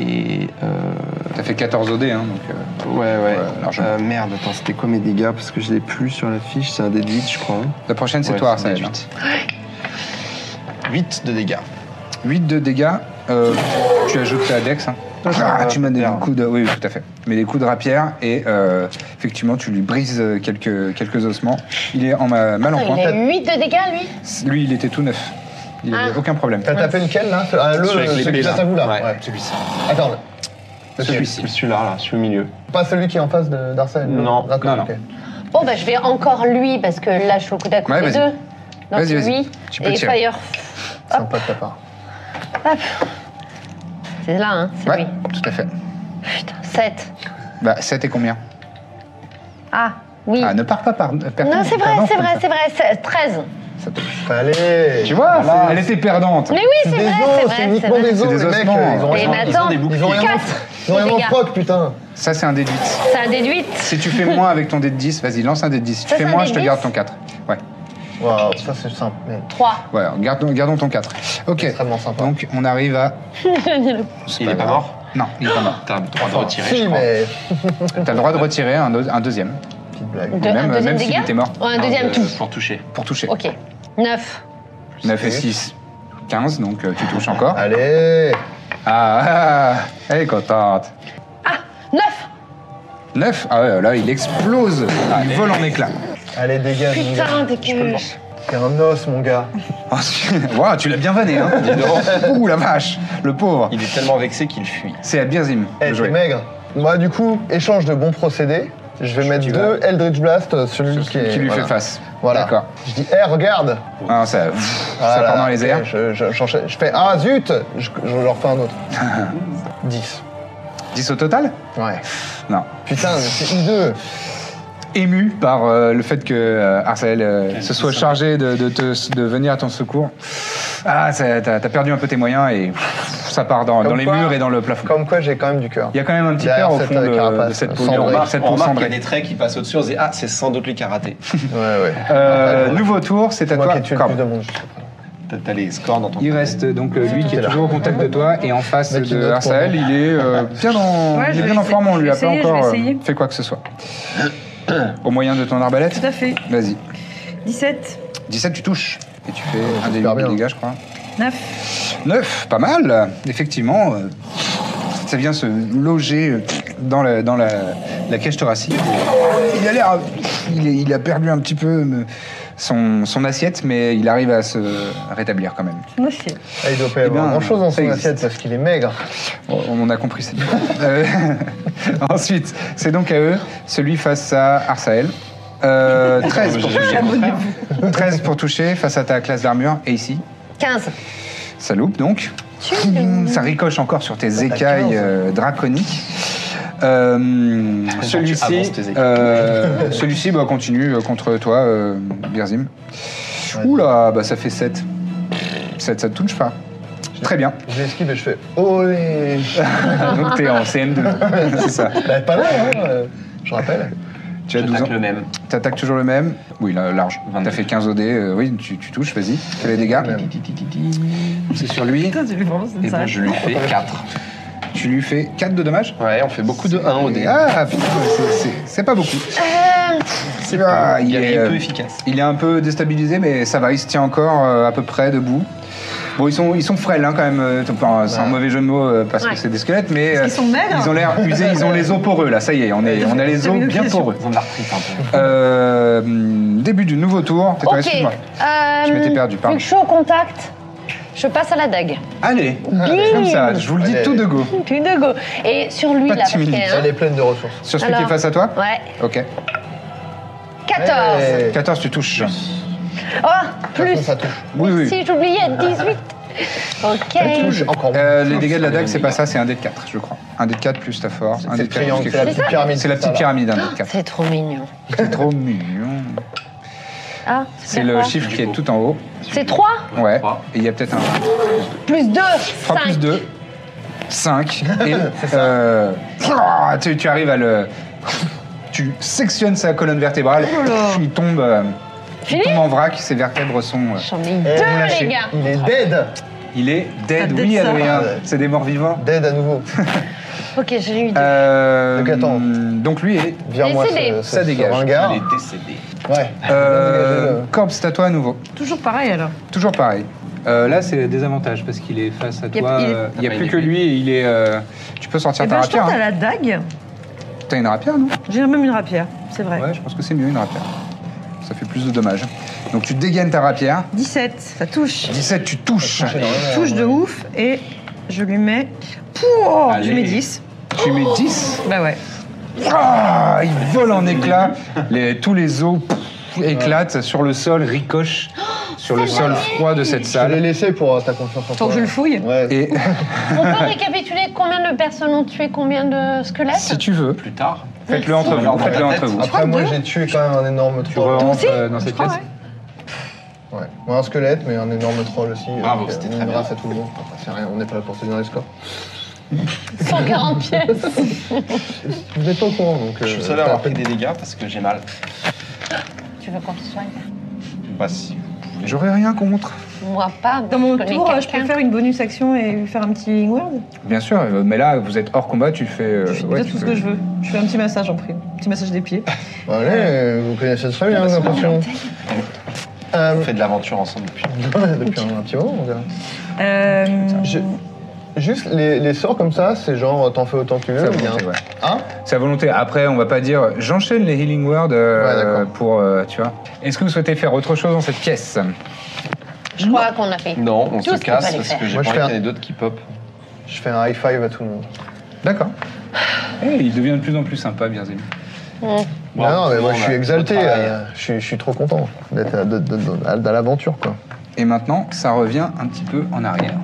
Et... euh, t'as fait 14 au dé, hein, donc... euh, Ouais, ouais. largement. Euh, merde, attends, c'était quoi mes dégâts Parce que je l'ai plus sur la fiche, c'est un dé de 8, je crois. hein. La prochaine, c'est Ouais, toi, c'est un Arsène. dé de 8. 8 de dégâts. 8 de dégâts, euh, tu ajoutes ta dex. hein. Ah, tu m'as donné des merde. coups de... Oui, oui, tout à fait. Mais des coups de rapière, et euh, effectivement, tu lui brises euh, quelques, quelques ossements. Il est en ma- mal en Attends, point. Ah, il a 8 de dégâts, lui Lui, il était tout neuf. Il avait Ah. aucun problème. T'as tapé lequel là Ce- ah, Le Celui avec celui l'épée, qui là. passe à vous là. Ouais, celui-ci. Attends. le- Celui-ci. Celui-là, là, celui au milieu. Pas celui qui est en face de- d'Arsène Non, d'accord. non, ok. Bon, bah, je vais encore lui, parce que là, je suis au coup d'à coup Ouais, des vas-y. deux. Donc, Vas-y, vas-y. lui Tu peux et tirer. Fire. Sympa de ta part. C'est là, hein, c'est Ouais, lui. tout à fait. Putain, 7. Bah, 7 et combien Ah, oui. Ah, ne pars pas par. non, c'est vrai, c'est vrai, c'est vrai, c'est- 13. Allez Tu vois, c'est- elle était perdante. Mais oui, c'est des vrai, os, c'est c'est vrai, c'est uniquement vrai. des os, C'est les des mecs. euh, ossements. Ils ont Et rien, mais attends, des ils ont boucliers. rien, quatre. ils ont rien les au gars. proc, putain. Ça, c'est un dé de 8. Ça a déduite. Si tu fais moins avec ton dé de 10, vas-y, lance un dé de 10. Si tu Ça, fais c'est un moins, dé je de te 10? garde ton 4. Ouais, Waouh, ça c'est simple, mais 3. ouais, gardons, gardons ton 4. Ok. extrêmement sympa. Donc, on arrive à. Il est pas grave. mort Non, il est pas mort. T'as le droit de retirer, je si, crois. mais T'as le droit de retirer un, deux- un deuxième. petite blague. De, Même- un deuxième même s'il dégât était mort. euh, Ouais, un Non, deuxième de- tout. Euh, Pour toucher. Pour toucher. Ok. 9. 9 et 6. 15, donc euh, tu touches encore. Allez, Ah, ah, elle est contente. Ah, 9 9 Ah ouais, là, il explose. Ah, il vole en éclats. allez dégage. mon gars. Putain, t'es cuche. T'es un os, mon gars. Waouh, tu l'as bien vanné, hein Ouh, la vache Le pauvre Il est tellement vexé qu'il fuit. C'est à Birzim. Eh, t'es maigre. Moi, du coup, échange de bons procédés. Je vais mettre Tu deux Eldritch Blast, euh, celui Celui qui, est- qui lui voilà. fait face. Voilà. D'accord. Je dis, eh, regarde Ah, ça, ça Voilà, part dans les ok, airs. Je, je- j'enchaîne. Je fais, ah zut Je, je leur fais un autre. 10. 10 au total Ouais. Non. Putain, mais c'est hideux. Ému par euh, le fait que euh, Arcel euh, se soit chargé de, de te- de venir à ton secours. Ah, ça- t'as t'as perdu un peu tes moyens et pff, ça part dans, Comme dans les quoi- murs et dans le plafond. Comme quoi, j'ai quand même du cœur. Il y a quand même un petit Derrière cœur au cette, fond euh, de, carapace de cette peau cendrée. mûre, On remarque- cette on peau remarque qu'il y a cendrée. des traits qui passent au-dessus, on se dit Ah, c'est sans doute lui qui a raté. Ouais, ouais. Euh, nouveau tour, c'est à Moi qui toi. ai tué le Corbe. plus de monde. je sais T'as- T'as les scores dans ton. Il reste donc euh, lui qui est est là. toujours au contact de toi et en face Mec, il de note Arsael, pour il est euh, bien en, Ouais, je il est vais bien en essayer- forme, on lui a je pas vais essayer, encore je vais euh, essayer. fait quoi que ce soit. Au moyen de ton arbalète Tout à fait. Vas-y. 17, 17, tu touches. Et tu fais un des super huit Oh, bien. dégâts, je crois. 9. 9, pas mal. Effectivement, euh, ça vient se loger euh, dans, la, dans la, la cage thoracique. Il a l'air. Il, est- il a perdu un petit peu euh, son, son assiette, mais il arrive à se rétablir quand même. Merci. Ah, il doit pas y Eh avoir bien, grand chose dans ça son existe. assiette parce qu'il est maigre. Bon, On a compris. c'est bien. Euh, ensuite, c'est donc à eux, celui face à Arsael. Euh, 13, pour toucher. 13 pour toucher face à ta classe d'armure et ici. 15. Ça loupe donc. Ça ricoche encore sur Bah, tes écailles euh, draconiques. Euh, avances celui-ci, tes écailles. euh, celui-ci bah, continue euh, contre toi, euh, Birzim. Ouais. Oula, bah, ça fait 7. 7, ça te touche pas. Très bien. Je l'esquive et je fais Olé Donc t'es en CM2. C'est ça. Bah, pas mal, hein euh, Je rappelle. Tu as 12 ans. J'attaque le même. T'attaques toujours le même. Oui, là, large. 22. T'as fait 15 OD. euh, oui, tu, tu touches, vas-y. Fais les dégâts. Même. C'est sur lui. Putain, tu fais vraiment, ça ne Eh Et ben, s'arrête je lui fais 4. Tu lui fais 4 de dommages. Ouais, on fait beaucoup de 1 au dé. Ah, putain, c'est- c'est- c'est pas beaucoup. Euh, C'est pas. Ah, Il Il est est, peu euh, efficace. il est un peu déstabilisé, mais ça va, il se tient encore euh, à peu près debout. Bon, ils sont, ils sont frêles hein, quand même. euh, enfin, c'est un mauvais jeu de mots euh, parce que Ouais. c'est des squelettes, mais Parce qu'ils euh, sont maigres. ils ont l'air usés, ils ont les os poreux là. Ça y est, on, est, on a les os J'avais une bien question. poreux. Ils ont de l'arthrite un peu. Euh, début du nouveau tour. Tais-toi, Ok. Excuse-moi. Je m'étais perdu, pardon. Vu que je suis au contact, je passe à la dague. Allez, Bim comme ça, je vous le dis Allez, tout de go. Tu de go. Et sur lui, Pas de là, parce qu'il timidité. est- Elle est pleine de ressources. Sur celui qui Alors. est face à toi Ouais. Ok. 14. Hey. 14, tu touches. Oh, De toute plus. façon, Eh, ça touche. Oui, oui. Si, j'oubliais, 18. Ok. touche encore Euh, les moins. dégâts de la dague, c'est pas ça, c'est un dé de 4, je crois. Un dé de 4 plus ta force. un C'est dé le de 4 plus triangle, quelque c'est la chose. petite pyramide. C'est la petite ça, là. Ah, pyramide, un dé de 4. C'est trop mignon. C'est trop mignon. Ah, C'est bien le quoi. chiffre qui est tout en haut. C'est 3 Ouais. Trois. Et il y a peut-être un plus 2. 3 plus 2, 5. Et euh, tu, tu arrives à le. Tu sectionnes sa colonne vertébrale. Il tombe, euh, il Fini tombe en vrac, ses vertèbres sont. euh, J'en ai eu Eh, on l'a deux, lâché. les gars. Il est dead Il est dead, Ah, dead oui, ça. Adrien. C'est des morts vivants. Dead à nouveau. Ok, j'ai eu deux. Euh, Donc, attends. donc lui est. Viens-moi Décédé. ce, ce, Ça dégage. ce Ah. ringard. Il est décédé. Ouais. Euh, Dégagez-le. Corbe, c'est à toi à nouveau. Toujours pareil alors. Toujours pareil. Euh, là, c'est des avantages parce qu'il est face à y a- toi. il est- euh, Il n'y a, Ah, plus il est que plus. lui et il est. euh, Tu peux sortir Eh ta ben, je rapière. tente à hein. la dague. T'as une rapière, non J'ai même une rapière, c'est vrai. Ouais, je pense que c'est mieux une rapière. Ça fait plus de dommages. Donc tu dégaines ta rapière. 17, ça touche. 17, tu touches. touche de ouf et je lui mets. Pouah, Allez. je mets 10. Tu mets 10. Bah ouais. Ah, il vole en éclats. Les- tous les os pff, éclatent sur le sol, ricochent sur le sol froid de cette Je l'ai salle. laissé pour euh, ta confiance en toi. Faut que je le fouille. Ouais. Et On peut récapituler combien de personnes ont tué combien de squelettes si tu veux, Plus tard. faites-le entre vous. Faites-le entre vous. Après, moi, deux. j'ai tué quand même un énorme Tu troll. rentres aussi euh, dans Je cette crois, pièce. ouais. Ouais. Ouais, un squelette, mais un énorme troll aussi. Ah, Bravo, Donc, euh, c'était on très bien. Grâce à tout le monde. Enfin, c'est rien, on n'est pas là pour se donner les scores. 140 pièces. Vous n'êtes pas au courant, donc. euh, Je suis le seul à avoir pris des dégâts parce que j'ai mal. Tu veux qu'on te soigne Bah si. J'aurais rien contre. Moi pas. Dans mon tour, euh, je peux faire une bonus action et lui faire un petit healing word. Bien sûr, euh, mais là, vous êtes hors combat, tu fais. euh, Je fais ouais, déjà tu tout ce peux- que je veux. Je fais un petit massage en prime. Petit massage des pieds. Allez, euh, vous connaissez très bien, j'ai l'impression. On Euh, fait de l'aventure ensemble depuis. Depuis un petit moment, on dirait. Euh, Je- Juste, les, les sorts comme ça, c'est genre euh, t'en fais autant que tu Ah C'est à veux. ou bien- volonté, ouais. Hein C'est à volonté. Après, on va pas dire. J'enchaîne les healing words Ouais, euh, d'accord. pour. euh, tu vois. Est-ce que vous souhaitez faire autre chose dans cette pièce Je crois qu'on a fait. Non, on Tout ce se qu'il casse fallait parce faire. que j'ai Moi, je pas envie fais qu'il y en un- ait d'autres qui pop. Je fais un high five à tout le monde. D'accord. Eh, il devient de plus en plus sympa, bien aimé. Non, non, mais moi je suis exalté, Au travail. euh, je, suis, je suis trop content d'être à- de- de- de- dans l'aventure quoi. Et maintenant, ça revient un petit peu en arrière.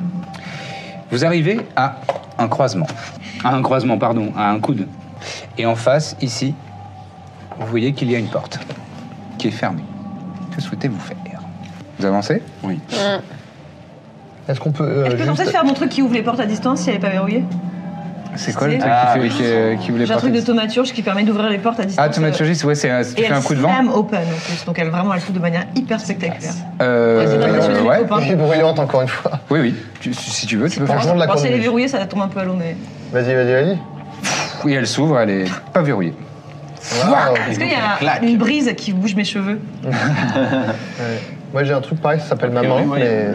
Vous arrivez à un croisement. À un croisement, pardon, à un coude. Et en face, ici, vous voyez qu'il y a une porte qui est fermée. Que souhaitez-vous faire Vous avancez Oui. Est-ce qu'on peut. euh, je peux tenter de juste... faire mon truc qui ouvre les portes à distance si elle n'est pas verrouillée C'est quoi le C'est- truc Ah, qui, fait- oui. qui, euh, qui voulait J'ai un truc de partir thaumaturge qui permet d'ouvrir les portes à distance. Ah, thaumaturgie, ouais, c'est euh, si Et tu fais elle un coup de vent. slam open en plus, donc elle vraiment elle fout de manière hyper spectaculaire. Euh, Vas-y, impressionne les ouais. copains. Elle est brûlante encore une fois. Oui, oui. Tu- si si tu veux, tu peux pas faire ça. grave. de la Alors, si elle est cornemuse. verrouillée, ça tombe un peu à l'eau, mais. Vas-y, vas-y, vas-y. Oui, elle s'ouvre, elle est pas verrouillée. Waouh. Est-ce qu'il y a une brise qui bouge mes cheveux Ouais. Moi j'ai un truc pareil, ça s'appelle maman, priori, mais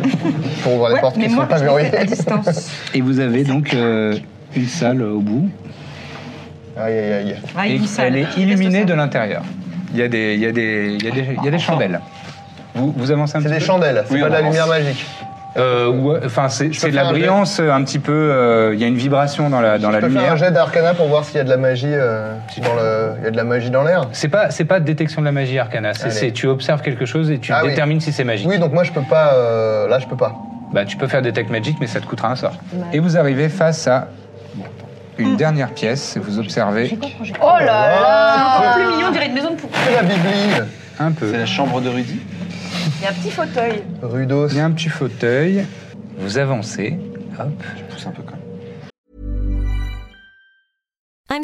pour ouvrir les Ouais, portes qui mais ne moi, sont pas je le verrouillées. fais à distance. Et vous avez donc euh, une salle au bout Aïe, aïe, aïe. Ah, et il dit ça, elle là. est illuminée de l'intérieur. Il y a des, il y a des, il y a des, il y a des chandelles. Vous, vous avancez un C'est petit des peu chandelles, c'est Oui, pas on de la avance. lumière magique. Euh, ouais, Enfin, c'est c'est peux de la faire un jet brillance euh, un petit peu. euh, Il y a une vibration dans la, dans la Je peux faire un lumière. jet d'arcana pour voir s'il y a de la magie euh, dans le, il y a de la magie dans l'air. C'est pas, c'est pas détection de la magie arcana. C'est Allez. c'est- tu observes quelque chose et tu Ah oui. détermines si c'est magique. Oui, donc moi je peux pas. euh, là, je peux pas. Oh Bah, tu peux faire Detect Magic, mais ça te coûtera un sort. Et vous arrivez face à une dernière pièce. Vous observez Oh là Ah, Encore plus mignon, on dirait une maison de poupée. c'est la Bible. un peu. C'est la chambre de Rudy. Il y a un petit fauteuil. Rudos. Il y a un petit fauteuil. Vous avancez. Hop. Pousse un peu quand même. I'm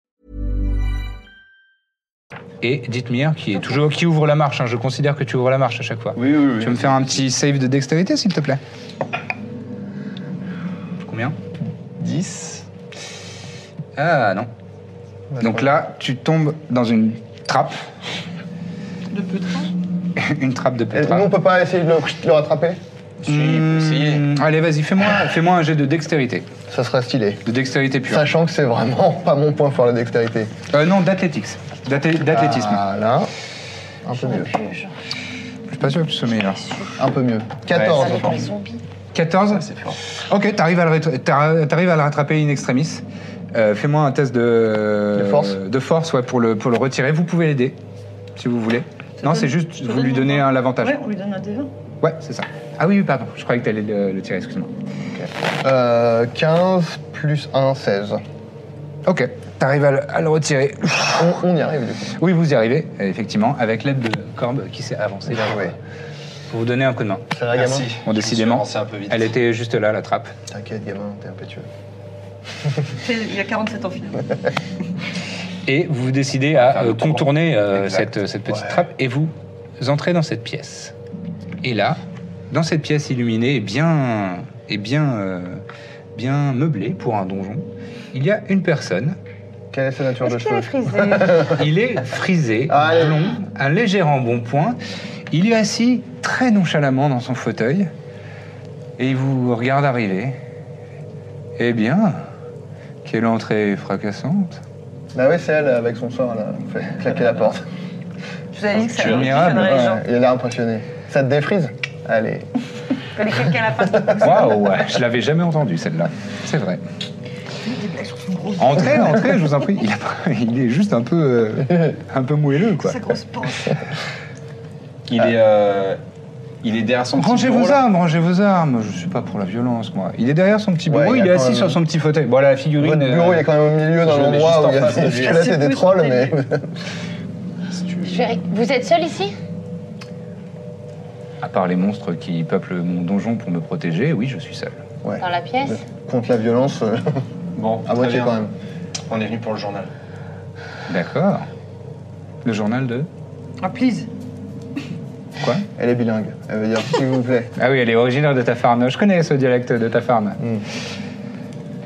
Et dites-moi qui est toujours qui ouvre la marche. hein. Je considère que tu ouvres la marche à chaque fois. Oui, oui, oui. Tu veux me faire un petit save de dextérité, s'il te plaît Combien 10. Ah non. Donc là, tu tombes dans une trappe, De peu de temps. une trappe de Hum, Et nous, pétrole. on peut pas essayer de le, de le rattraper Si, Hmm. il peut essayer. Allez, vas-y, fais-moi fais un jet de dextérité. Ça serait stylé. De dextérité pure. Sachant que c'est vraiment pas mon point fort la dextérité. Euh, non, d'athlétisme. D'athé- D'athlétisme. Ah là. Un peu mieux. Je suis pas sûr que tu sois meilleur. Un peu mieux. 14. Ouais, c'est fort. 14 C'est fort. Ok, t'arrives à, le rétr- t'arri- t'arrives à le rattraper in extremis. Euh, Fais-moi un test de... De force de force, ouais, pour le, pour le retirer. Vous pouvez l'aider, si vous voulez. Non, donne- c'est juste, ça vous donne lui mon donnez point. un l'avantage. Ouais, on lui donne un D20. Ouais, c'est ça. Ah oui, oui, pardon, je croyais que t'allais le, le tirer, excuse-moi. Euh, 15 plus 1, 16. Ok, t'arrives à, le- à le retirer. On, on y arrive du coup. Oui, vous y arrivez, effectivement, avec l'aide de Corbe qui s'est avancée vers Ouais. Pour vous donner un coup de main. Ça va, gamin Merci. Bon, décidément, C'est un peu vite. elle était juste là, la trappe. T'inquiète, gamin, t'es impétueux. Il y a 47 ans finalement. Et vous décidez à Faire le euh, tour. contourner euh, Exact. cette, cette petite Ouais. trappe et vous entrez dans cette pièce. Et là, dans cette pièce illuminée et bien, et bien, euh, bien meublée pour un donjon, il y a une personne. Quelle est sa nature de Est-ce qu'il cheveux est frisé Il est frisé, Allez. blond, un léger embonpoint. Il est assis très nonchalamment dans son fauteuil et il vous regarde arriver. Eh bien, quelle entrée fracassante Bah oui, c'est elle avec son sort là. qui Fait claquer la porte. Je vous avais dit que ça Tu es impressionnerait admirable. les gens. Ouais, il a l'air impressionné. Ça te défrise Allez. Fallait que quelqu'un à la face. Waouh, ouais, je l'avais jamais entendu celle-là. C'est vrai. Entrez, entrez, je vous en prie. Il, a pas- il est juste un peu, euh, un peu moelleux, quoi. Sa grosse panse. Il est, euh, il est derrière son petit Rangez bureau, vos là. armes, rangez vos armes. Je suis pas pour la violence, moi. Il est derrière son petit bureau, Ouais, il il, a est quand assis même- sur son petit fauteuil. Voilà, la figurine. Votre bureau, euh, il est quand même au milieu je d'un le mets endroit juste où en il y face de a lui. des escalates et des trolls, mais. Si tu veux. Je vais- Vous êtes seul ici À part les monstres qui peuplent mon donjon pour me protéger, oui, je suis seul. Ouais. Dans la pièce Contre la violence, euh, Bon, à très moitié bien. quand même. On est venu pour le journal. D'accord. Le journal de Ah, please. quoi Elle est bilingue. Elle veut dire s'il vous plaît. Ah oui, elle est originaire de ta farme. Je connais ce dialecte de ta farme.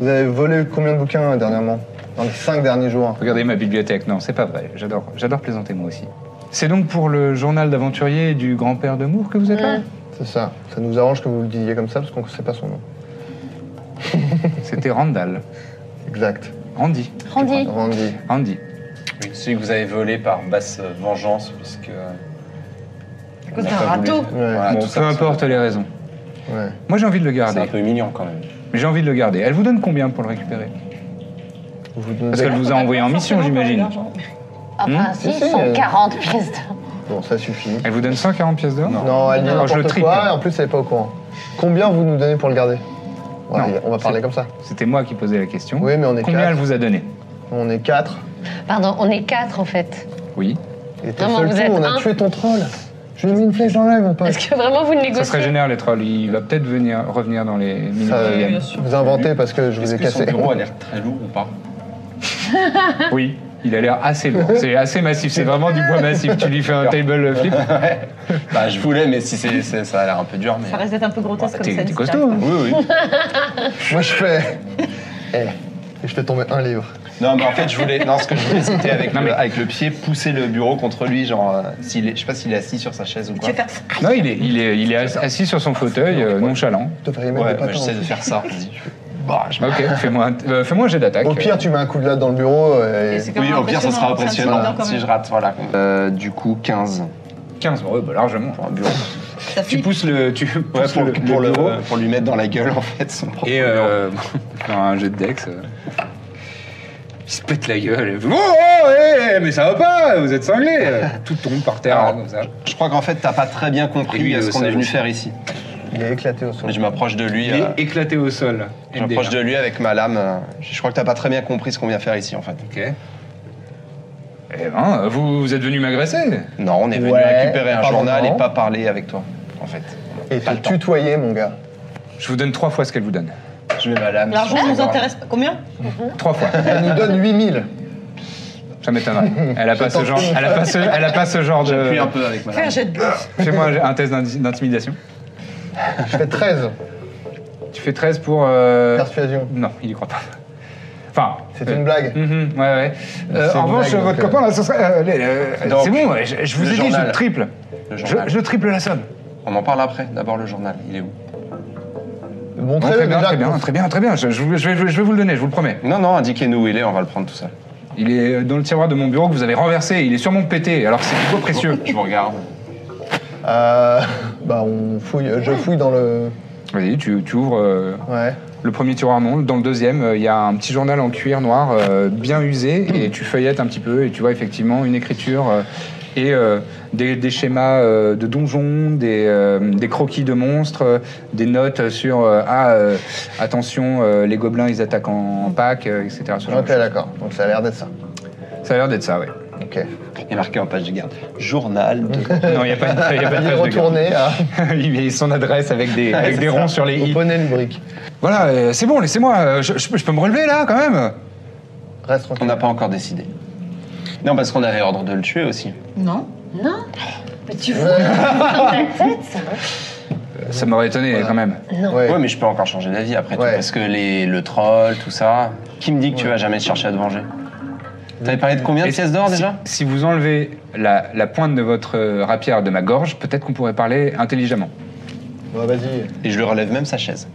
Vous avez volé combien de bouquins euh, dernièrement Dans les cinq derniers jours. Regardez ma bibliothèque. Non, c'est pas vrai. J'adore, j'adore plaisanter moi aussi. C'est donc pour le journal d'aventurier du grand-père de Moore que vous êtes là C'est ça. Ça nous arrange que vous le disiez comme ça parce qu'on ne sait pas son nom. C'était Randall. Exact. Randy. Randy Randy. Randy. Oui, celui que vous avez volé par basse vengeance, puisque. À cause d'un râteau. Ouais. Voilà, Bon, tout ça, Ah, peu importe les raisons. Ouais. Moi, j'ai envie de le C'est un garder. peu mignon quand même. Mais j'ai envie de le garder. Elle vous donne combien pour le récupérer Vous nous Parce qu'elle avez- vous a envoyé en mission, j'imagine. Ah, Enfin, si, Hmm Si, euh. si, 140 pièces d'or. Bon, ça suffit. Elle vous donne 140 pièces d'or Non, elle dit Non, je le n'importe triple. quoi et en plus elle n'est pas au courant. Combien vous nous donnez pour le garder Voilà, Non, On va parler c'est- comme ça. C'était moi qui posais la question. Oui, mais on est Combien quatre. elle vous a donné On est quatre. Pardon, on est quatre en fait. Oui. Et ton Non, mais seul vous coup, êtes on a un. tué ton troll. Je lui ai mis une flèche dans l'œil, mon pote. Est-ce que vraiment vous Ça serait négociez génial, les trolls. Il va peut-être venir, revenir dans les minutes Ça, euh, euh, qui viennent. vous inventez parce que je vous Est-ce ai que son cassé. bureau a l'air très lourd ou pas Oui. Il a l'air assez lourd. C'est assez massif. C'est vraiment du bois massif. Tu lui fais un table flip. Bah, je voulais, mais si c'est, c'est- ça a l'air un peu dur, mais. Ça reste d'être un peu grotesque Bah, comme t'es- ça. t'es si costaud, t'arrives Oui, oui. Moi, je fais. Eh, je fais tomber un livre. Non, mais en fait, je voulais. Non, ce que je voulais, c'était avec, Non, le- mais- avec le pied, pousser le bureau contre lui, genre. euh, s'il est- Je sais pas s'il est assis sur sa chaise ou Tu quoi. veux faire ça Non, il est, il est, il est ass- assis sur son fauteuil, euh, nonchalant. Tu devrais mettre Ouais, des bah, patins. j'essaie de faire ça. Vas-y. Bah, je- Ok, fais-moi un, euh, fais-moi un jet d'attaque. Au pire, tu mets un coup de latte dans le bureau. euh, Et Et... c'est quand Oui, même au pire, ça sera ça, impressionnant quand si même. je rate, voilà. Euh, du coup, 15 15, ouais, bah, largement. pour un bureau. Ça Tu flippe. pousses le, tu pousses Ouais, pour, le, le- pour le le- bureau. pour lui mettre dans la gueule, en fait, son propre Et bureau. euh, faire un jet de dex. euh. Il se pète la gueule. Oh, oh, hé, mais ça va pas, vous êtes cinglés. Tout tombe par terre, Alors, comme ça. Je crois qu'en fait, t'as pas très bien Et lui, compris à euh, ce qu'on ça est venu aussi. faire ici. Il est éclaté au sol. Mais je m'approche de lui. Il euh, est éclaté au sol. je MDR. m'approche de lui avec ma lame. euh, Je crois que t'as pas très bien compris ce qu'on vient faire ici, en fait. Ok. Eh ben, vous, vous êtes venu m'agresser Non, on est venu Ouais, récupérer un pardon, journal non. et pas parler avec toi, en fait. Et Pas te le temps. tutoyer, mon gars. Je vous donne trois fois ce qu'elle vous donne. Je mets ma lame. sur L'argent son nous bras. intéresse pas. Combien Trois fois. Elle nous donne 8000. Ça m'étonnerait. Elle a pas ce genre. Elle a pas ce, elle a pas ce genre de. J'appuie un peu avec ma Fais un lame. jet de bouffe. Fais-moi un- un test d'inti- d'intimidation. Je fais 13. Tu fais 13 pour. euh, Persuasion. Non, il y croit pas. Enfin. C'est euh, une blague. mhm, ouais, ouais. Euh, C'est en une revanche, blague, votre donc, copain, là, ce serait. euh, le- le- Donc, c'est bon, ouais, je, je vous le ai dit, je journal. triple. Le Je, journal. je triple la somme. On en parle après. D'abord, le journal. Il est où Bon, Non, très, très, bien, déjà. très bien, très bien, très bien. Je, je vous- je vais, je vais vous le donner, je vous le promets. Non, non, indiquez-nous où il est, on va le prendre tout seul. Il est dans le tiroir de mon bureau que vous avez renversé. Il est sûrement pété, alors que c'est plutôt précieux. Je vous regarde. Euh, bah, on fouille. Je fouille dans le. Vas-y, tu, tu ouvres. euh, Ouais. Le premier tiroir non. Dans le deuxième, euh, il y a un petit journal en cuir noir euh, bien usé et tu feuillettes un petit peu et tu vois effectivement une écriture euh, et euh, des, des schémas euh, de donjons, des, euh, des croquis de monstres, euh, des notes sur euh, ah euh, attention euh, les gobelins ils attaquent en, en pack, euh, etc. ce genre de Ok, choses. d'accord. Donc ça a l'air d'être ça. Ça a l'air d'être ça, ouais. Ok. Il est marqué en page de garde. Journal de. Non, il n'y a pas, il y a pas Il de est page de retourné à, garde. Il met son adresse avec des, avec c'est des ça. ronds sur les au i. poney lubrique. Voilà, euh, c'est bon, laissez-moi, euh, je, je peux- je peux me relever là quand même. Reste On tranquille. n'a pas encore décidé. Non, parce qu'on avait ordre de le tuer aussi. Non. Non Mais tu Ouais. Dans ta tête, ça Ça m'aurait étonné quand même. Ouais. Ouais, mais je peux encore changer d'avis après Ouais. tout, parce que les, le troll, tout ça. Qui me dit que tu vas jamais chercher à te venger T'avais parlé de combien de Et pièces d'or si- déjà Si vous enlevez la, la pointe de votre euh, rapière de ma gorge, peut-être qu'on pourrait parler intelligemment. Bah, vas-y. Et je lui relève même sa chaise.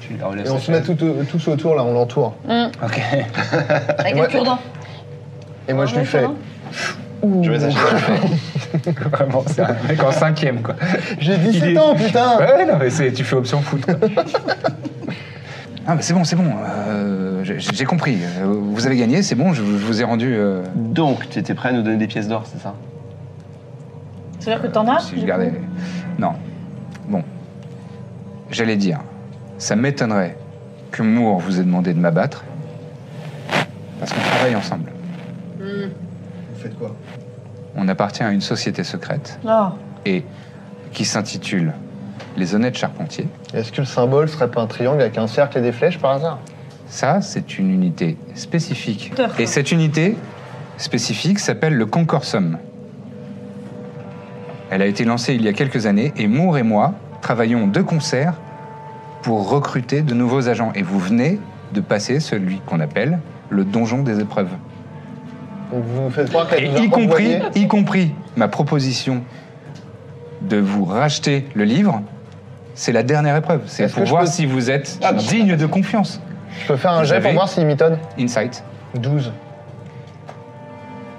tu la relèves. Et on se met tout- tous autour, là, on l'entoure. Ok. Avec Ouais. un cure-dent. Et moi, Ah je lui fais. Je mets sa chaise. Vraiment, c'est un mec en cinquième, quoi. Ah. J'ai Il 17 est- ans, putain Ouais, non, mais c'est- tu fais option foot, quoi. Ah, mais c'est bon, c'est bon. euh, j'ai- J'ai compris. Euh, Vous avez gagné, c'est bon, je, vous- je vous ai rendu. euh, Donc, tu étais prêt à nous donner des pièces d'or, c'est ça C'est-à-dire que t'en as si je gardais. Non. Bon. J'allais dire, ça m'étonnerait que Moore vous ait demandé de m'abattre, parce qu'on travaille ensemble. Vous faites quoi On appartient à une société secrète Non. et qui s'intitule Les Honnêtes Charpentiers. Est-ce que le symbole serait pas un triangle avec un cercle et des flèches par hasard Ça, c'est une unité spécifique. Tout à fait. Et cette unité spécifique s'appelle le Concorsum. Elle a été lancée il y a quelques années et Moore et moi travaillons de concert pour recruter de nouveaux agents. Et vous venez de passer celui qu'on appelle le donjon des épreuves. Donc vous nous faites croire qu'elle Et nous a y compris, envoyé- y compris ma proposition de vous racheter le livre, c'est la dernière épreuve. C'est Est-ce pour que je voir peux- si vous êtes Ah, bah, digne de confiance. Je peux faire un Vous jet pour avez- voir s'il m'étonne Insight, 12.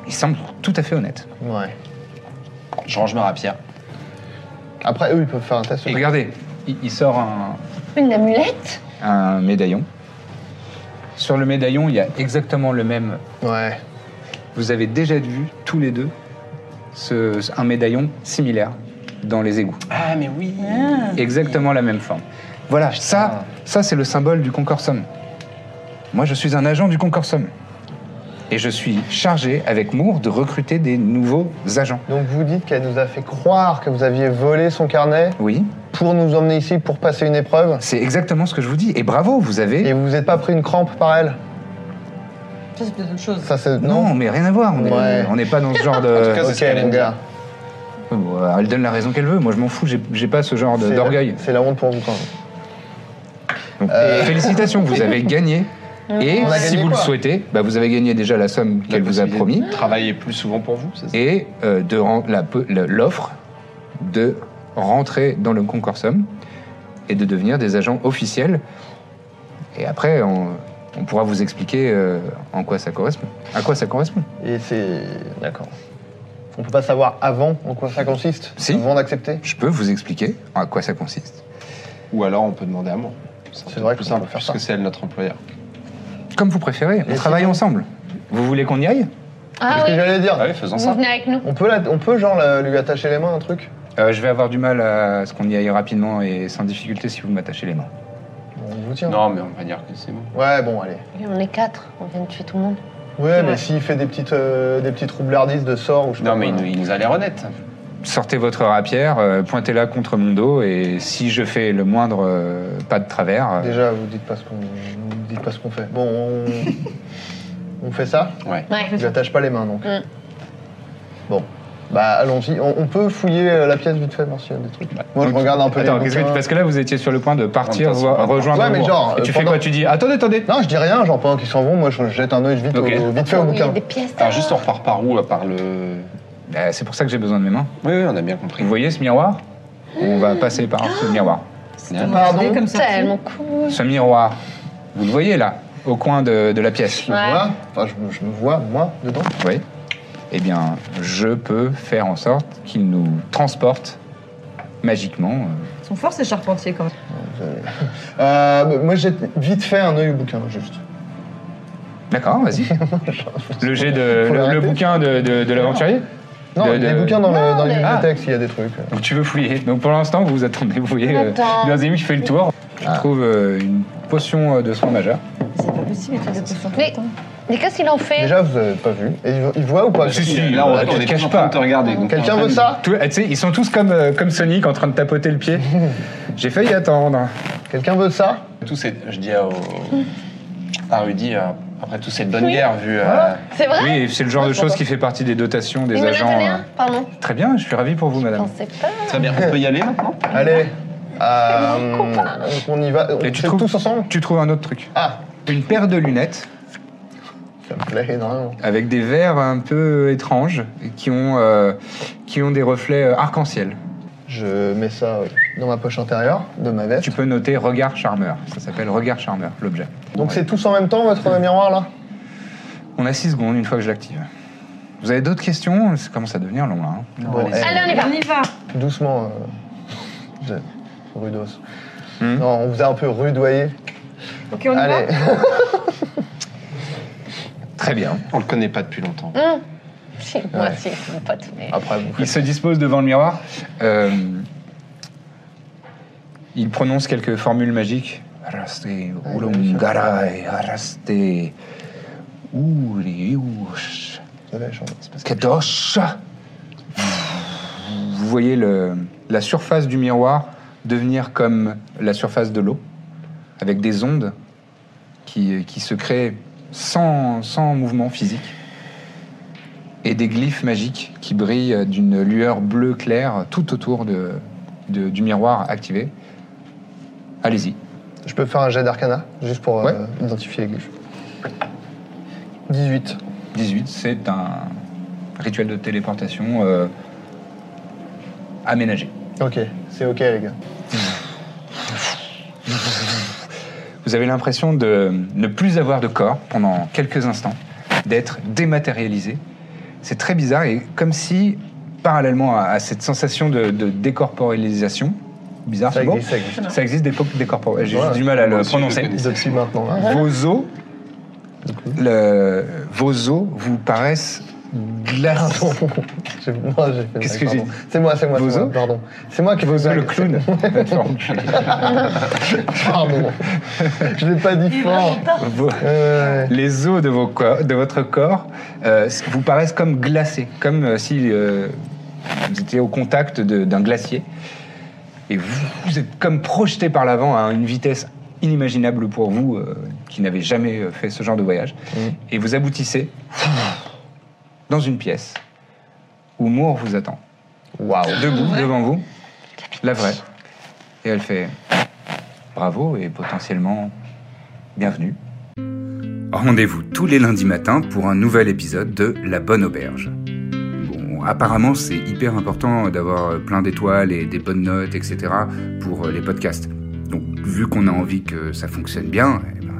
il semble tout à fait honnête. Ouais. Je range ma rapière. Après, eux, ils peuvent faire un test. Et regardez, il, il sort un, Une amulette un médaillon. Sur le médaillon, il y a exactement le même. Ouais. Vous avez déjà vu, tous les deux, ce- ce- un médaillon similaire dans les égouts. Ah, mais oui Exactement la même forme. Voilà, ça, ça c'est le symbole du Concorsum. Moi, je suis un agent du Concorsum. Et je suis chargé, avec Moore, de recruter des nouveaux agents. Donc vous dites qu'elle nous a fait croire que vous aviez volé son carnet Oui, pour nous emmener ici pour passer une épreuve c'est exactement ce que je vous dis. Et bravo, vous avez... et vous vous êtes pas pris une crampe par elle Ça, c'est peut-être autre chose. Ça, c'est. Non, mais rien à voir. On est- Ouais. on n'est pas dans ce genre de. En tout cas, c'est ce qu'elle aime dire. Ouais, bon, euh, Elle donne la raison qu'elle veut. Moi, je m'en fous. J'ai- J'ai pas ce genre de- C'est- d'orgueil. C'est la honte pour vous quand même. Euh, Donc, Félicitations, vous avez gagné. Et On a si gagné vous le quoi souhaitez, bah, vous avez gagné déjà la somme qu'elle vous a promis Travailler plus souvent pour vous, c'est ça et euh, de rendre la pe- le- l'offre de rentrer dans le concorsum et de devenir des agents officiels. Et après, on, on pourra vous expliquer euh, en quoi ça correspond. À quoi ça correspond Et c'est. D'accord. On peut pas savoir avant en quoi ça consiste Si. Avant d'accepter Je peux vous expliquer à quoi ça consiste. Ou alors on peut demander à moi. C'est vrai plus qu'on simple, peut faire parce que c'est elle notre employeur. Comme vous préférez, on Et travaille ensemble. Vous voulez qu'on y aille C'est Ah ce que oui, j'allais dire. Ah oui, faisons vous ça. venez avec nous. On peut, la- on peut genre la- lui attacher les mains un truc Euh, Je vais avoir du mal à ce qu'on y aille rapidement et sans difficulté si vous m'attachez les mains. On vous tient. Non, mais on va dire que c'est bon. Ouais, bon, allez. Et On est quatre, on vient de tuer tout le monde. Ouais, mais s'il fait des petites, euh, des petites roublardises de sorts ou je sais Non, pas mais il quoi. nous, il nous a l'air honnête. Sortez votre rapière, euh, pointez-la contre mon dos et si je fais le moindre euh, pas de travers, euh, Déjà, vous dites pas ce qu'on vous dites pas ce qu'on fait. Bon, on, on fait ça Ouais. Ouais. Je lui attache pas les mains donc. Mm. Bon, bah allons-y. On, on peut fouiller euh, la pièce vite fait, non, s'il y a des trucs. Moi, je Donc, regarde un peu Attends, les qu'est-ce que tu- bouquins. parce que là, vous étiez sur le point de partir, Attends, voir- attends. rejoindre Ouais, mais Hambourg. genre, Et euh, tu fais pendant- quoi Tu dis, attendez, attendez Non, je dis rien, genre pendant qu'ils s'en vont, moi je jette un œil vite, Ok. au, vite fait au Oh, il y bouquin. a Ah. des pièces. Alors juste on repart par où à part le. Bah, C'est pour ça que j'ai besoin de mes mains. Oui, oui, on a bien compris. Vous voyez ce miroir On va passer par ce miroir. C'est bien. Pardon Comme ça. Tellement cool. Ce miroir, vous le voyez là, au coin de, de la pièce. Je me vois, enfin, je, me- je me vois, moi, dedans. Oui. Eh bien, je peux faire en sorte qu'il nous transporte magiquement. euh. Ils sont forts, ces charpentiers, quand même. Euh, moi, j'ai vite fait un œil au bouquin, juste. D'accord, vas-y. Le jet de. Faut Le, le l'arrêter. bouquin de, de- de l'aventurier Non, De- les de- bouquins dans, le, dans les mais- bibliothèques, s'il y a des trucs. Donc tu veux fouiller. Donc pour l'instant, vous vous attendez, vous voyez. euh, Attends. Birzim, je fais le tour. Je trouve euh, une potion euh, de soin majeur. C'est pas possible, les trucs de potions. Mais- Mais qu'est-ce qu'il en fait Déjà, vous avez pas vu. Et ils, ils voient ou pas Si, si, Et on- là, on, elle on te est cache tous en train pas. de te regarder. donc Quelqu'un on est en veut train ça Tout- ah, tu sais, ils sont tous comme, euh, comme Sonic en train de tapoter le pied. J'ai failli attendre. Quelqu'un veut ça de- Tous ces- je dis à, au- à Rudy, euh, après toutes ces bonnes guerres, vu. euh, C'est vrai Oui, c'est le genre de chose qui fait partie des dotations des Il m'en a agents. donné euh. un Pardon, Très bien, je suis ravi pour vous, je madame. pensais pas. Très bien, on peut y aller maintenant Allez. euh, donc on y va. On Et tu fait trouves, tous ensemble tu trouves un autre truc. Ah, Une paire de lunettes ça me plaît énormément. avec des verres un peu euh, étranges qui ont, euh, qui ont des reflets euh, arc-en-ciel. Je mets ça euh, dans ma poche intérieure de ma veste. Tu peux noter regard charmeur. Ça s'appelle regard charmeur, l'objet. Donc c'est tous en même temps votre miroir là On a 6 secondes une fois que je l'active. Vous avez d'autres questions Ça commence à devenir long là. hein. Bon, eh, Allez, on y va. On y va. doucement. euh, de- Rudos. Non, on vous a un peu rudoyé. Ok, on y Allez. va. Très bien. On le connaît pas depuis longtemps. Hum. Si, Moi, si, mon pote. Mais... Après, vous Il faites- se dispose devant le miroir. Euh, il prononce quelques formules magiques. Araste, ulungarai, araste, uriush, vous avez changé. kadosh. Vous voyez le- la surface du miroir devenir comme la surface de l'eau, avec des ondes qui, qui se créent sans, sans mouvement physique, et des glyphes magiques qui brillent d'une lueur bleue claire tout autour de, de- du miroir activé. Allez-y. Je peux faire un jet d'arcana, juste pour euh, identifier les glyphes. 18. 18, c'est un rituel de téléportation euh, aménagé. Ok, c'est ok les gars. Vous avez l'impression de ne plus avoir de corps pendant quelques instants, d'être dématérialisé. C'est très bizarre et comme si, parallèlement à, à cette sensation de, de décorporalisation, bizarre, Ça Ah, c'est bon existe, ça existe. Ça existe des po- décorpor- J'ai Voilà. du mal à le Moi aussi, je le prononcer. connais. Depuis maintenant. hein. Vos os, le- vos os vous paraissent Ah, glacés. J'ai- non, j'ai fait- Qu'est-ce que pardon. j'ai dit C'est moi, c'est moi, c'est Bozo moi, pardon. C'est moi qui Vos os, ai le clown. Pardon. Je l'ai pas dit fort. Vos- Euh, les os de, vos corps- de votre corps euh, vous paraissent comme glacés, comme euh, si euh, vous étiez au contact de- d'un glacier. Et vous, vous êtes comme projeté par l'avant à une vitesse inimaginable pour vous euh, qui n'avez jamais euh, fait ce genre de voyage. Et vous aboutissez dans une pièce où Moore vous attend. Waouh. Debout devant vous, la vraie. Et elle fait bravo et potentiellement bienvenue. Rendez-vous tous les lundis matins pour un nouvel épisode de La Bonne Auberge. Bon, apparemment, c'est hyper important d'avoir plein d'étoiles et des bonnes notes, etc. pour euh, les podcasts. Donc, vu qu'on a envie que ça fonctionne bien, eh ben,